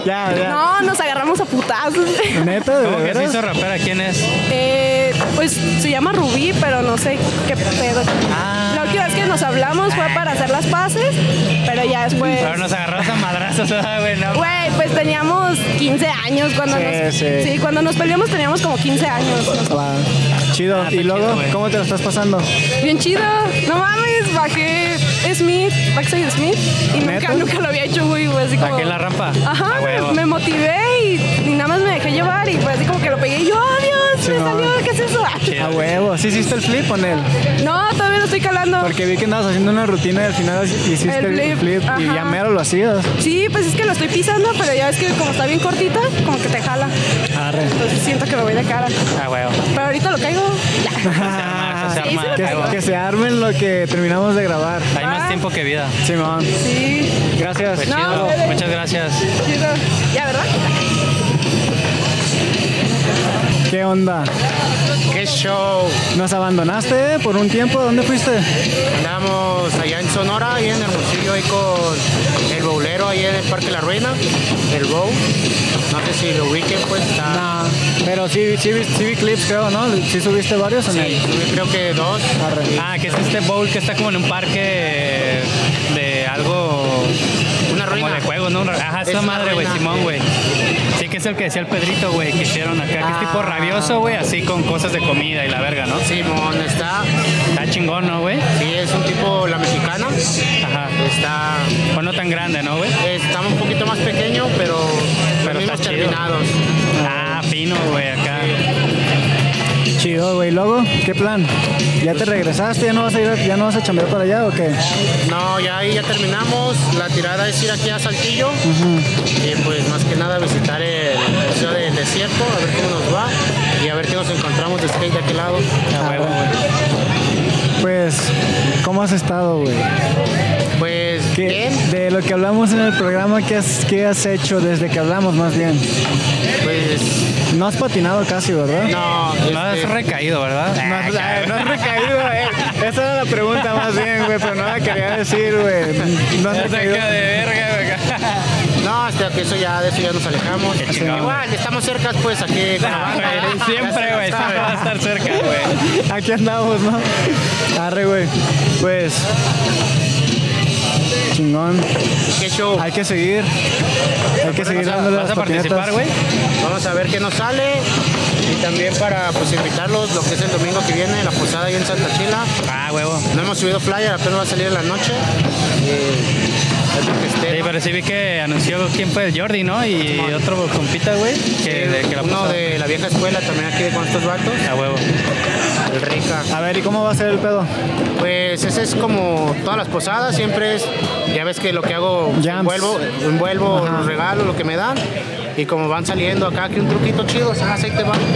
Ya, ya. No, nos agarramos a putazos. ¿Neta? ¿De ¿Cómo que se veras? hizo rapera? ¿Quién es? Eh, pues se llama Rubí, pero no sé qué pedo. Ah. La última vez que nos hablamos fue para hacer las paces, pero ya después. Pero nos agarramos a madrazos, ah, güey, no. Güey, pues teníamos 15 años cuando Sí, nos. sí. cuando nos peleamos teníamos como 15 años. Nos- Va. Ah, Chido. está ¿Y luego chido, güey. cómo te lo estás pasando? Bien chido. No mames, bajé Smith, Backside Smith, y nunca, ¿Neta? nunca lo había hecho, güey. güey, así como- Aquí en la rampa. Ajá, A huevo. me, me motivé y, y nada más me dejé llevar y fue así como que lo pegué y yo, ¡oh, Dios! Sí, me no. salió, ¿qué es eso? A huevo. ¿Sí hiciste el flip o no? No, todavía lo estoy calando. Porque vi que andabas haciendo una rutina y al final hiciste el El flip, flip, y ajá. ya mero lo hacías. Sí, pues es que lo estoy pisando, pero ya ves que como está bien cortita, como que te jala. Entonces siento que me voy de cara. A huevo. Pero ahorita lo caigo. arma, <laughs> Sí, se Ah, arma, sí lo a Que, huevo. caigo. que se armen lo que terminamos de grabar. Hay más tiempo que vida. Simón. Ah. Sí, Gracias. Pues No, chido. ustedes. Muchas gracias. chido. Ya, ¿verdad? ¿Qué onda? ¡Qué show! ¿Nos abandonaste por un tiempo? ¿Dónde fuiste? Andamos allá en Sonora, ahí en Hermosillo, ahí con el bowlero, ahí en el Parque La Ruina, el bowl. No sé si lo ubiquen, pues está. No, pero sí, sí, vi- sí vi clips, creo, ¿no? ¿Sí subiste varios o no? yo Creo que dos. Arre. Ah, que es este bowl que está como en un parque de algo. Una Como ruina. de juego, ¿no? Ajá, Es esa una madre, güey, ruina. Simón, güey. Sí, que es el que decía el Pedrito, güey, que hicieron acá. Que es Ah. tipo rabioso, güey, así con cosas de comida y la verga, ¿no? Simón está. Está chingón, ¿no, güey? Sí, es un tipo la mexicana. Ajá. Está. O no tan grande, ¿no, güey? Estamos un poquito más pequeño, pero, Pero los está mismos chido. terminados. Ah, fino, güey, acá. Chido, güey. ¿Luego? ¿Qué plan? ¿Ya te regresaste? ¿Ya no vas a ir, a- ya no vas a chambear para allá o qué? No, ya ahí ya terminamos. La tirada es ir aquí a Saltillo. Y pues más que nada visitar el Museo del Desierto, a ver cómo nos va y a ver qué nos encontramos de skate de aquel lado. A huevo, güey. Pues, ¿cómo has estado, güey? Pues ¿Qué- bien, De lo que hablamos en el programa, ¿qué has, ¿qué has hecho desde que hablamos más bien? pues No has patinado casi, ¿verdad? no. No has este, recaído, ¿verdad? No has, ay, no has recaído, eh. Esa era la pregunta más bien, güey, pero no la quería decir, güey. No has recaído. verga, güey. no, hasta que eso ya, de eso ya nos alejamos. Qué chingón. Igual, estamos cerca pues aquí con la banda. ya se Siempre, la güey, saben. siempre va a estar cerca, güey. Aquí andamos, ¿no? Arre, güey. Pues. Chingón. Qué show. Hay que seguir. Hay que seguir dándole ¿Vas las a participar, patinetas. güey? Vamos a ver qué nos sale. Y también para pues invitarlos lo que es el domingo que viene, la posada ahí en Santa Chila. Ah, huevo. No hemos subido flyer, apenas va a salir en la noche. Y espero que esté, Sí, ¿no? pero sí vi que anunció quién fue Jordi, ¿no? Y otro compita, güey, que, de- que la Uno puso de la vieja escuela también aquí de con estos vatos, a huevo. el rica. A ver, ¿y cómo va a ser el pedo? Pues ese es como todas las posadas, siempre es, ya ves que lo que hago, Jams. envuelvo, envuelvo los regalos, lo que me dan, y como van saliendo acá, que un truquito chido, ah, ahí te va, ahí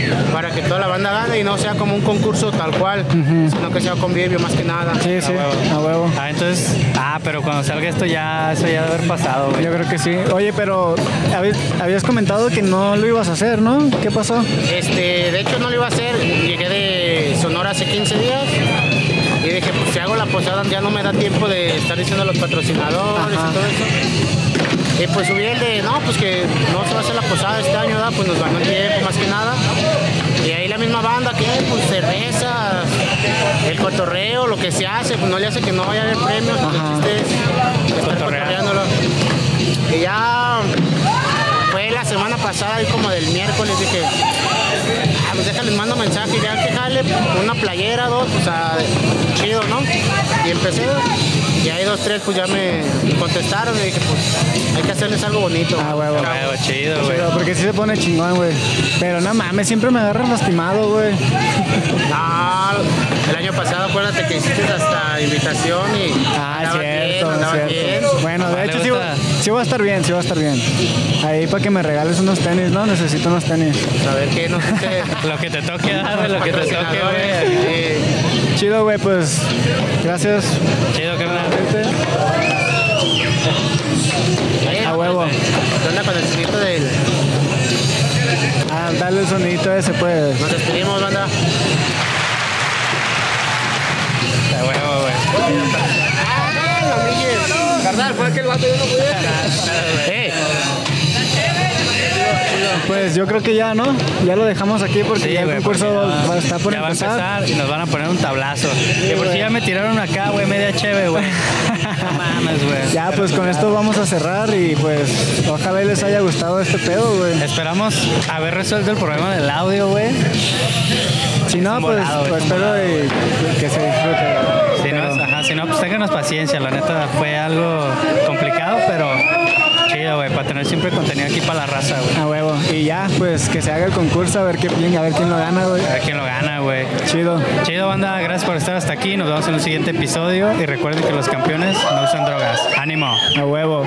te va, para que toda la banda gane y no sea como un concurso tal cual, Mm. sino que sea convivio más que nada. Sí, sí, a huevo. Ah, entonces, ah, pero cuando salga esto ya, eso ya debe haber pasado, güey. Yo creo que sí. Oye, pero habías, habías comentado que no lo ibas a hacer, ¿no? ¿Qué pasó? Este, de hecho no lo iba a hacer, llegué de Sonora hace 15 días y dije, pues si hago la posada ya no me da tiempo de estar diciendo a los patrocinadores y todo eso. Y pues subí el de, no, pues que no se va a hacer la posada este año, ¿verdad? pues nos ganó el tiempo más que nada. Y ahí la misma banda que, pues cerveza, el cotorreo, lo que se hace, pues no le hace que no vaya a haber premios, pues, el chiste es estar cotorreándolo. Y ya fue la semana pasada, ahí como del miércoles, dije, ah, pues déjales, mando mensaje, ya que jale una playera, dos, o sea, chido, ¿no? Y empecé, y ahí dos, tres, pues ya me contestaron y dije, pues hay que hacerles algo bonito. Ah, huevo. Ah, huevo, chido, güey. Pero porque sí se pone chingón, güey. Pero no mames, siempre me agarran lastimado, güey. Ah, el año pasado acuérdate que hiciste hasta invitación y Ah, es andaba cierto, bien, andaba es cierto. bien. Bueno, de Papá, hecho ¿le sí, va- gusta? sí va a estar bien, sí va a estar bien. Ahí para que me regales unos tenis, ¿no? Necesito unos tenis. A ver qué nos dice. <laughs> Lo que te toque, dale, lo que te toque, güey. Patrocinadores, sí. Chido, güey, pues gracias. Chido, carnal. Ahí, A huevo. ¿Qué onda con el sonido del.? Ah, dale el sonidito ese, pues. Nos despedimos, banda. A huevo, güey. Carnal, fue aquel vato, yo no pude. Eh, Pues yo creo que ya, ¿no? Ya lo dejamos aquí porque Sí, ya el güey, concurso porque ya- va a estar por ya va a empezar. empezar y nos van a poner un tablazo. Que por si ya me tiraron acá, güey, media chévere, güey. No mames, güey. Ya, pues con esto vamos a cerrar y pues ojalá y les haya gustado este pedo, güey. Esperamos haber resuelto el problema del audio, güey. Si no, un pues, volado, es pues un espero volado, y- que se disfrute. güey. Si no, Pero- ajá, si no, pues ténganos paciencia. La neta fue algo complicado, pero chido, güey, para tener siempre contenido aquí para la raza, güey. A huevo. Y ya, pues que se haga el concurso a ver qué a ver quién lo gana, güey. A ver quién lo gana, güey. Chido. Chido, banda, gracias por estar hasta aquí. Nos vemos en un siguiente episodio. Y recuerden que los campeones no usan drogas. ¡Ánimo! A huevo.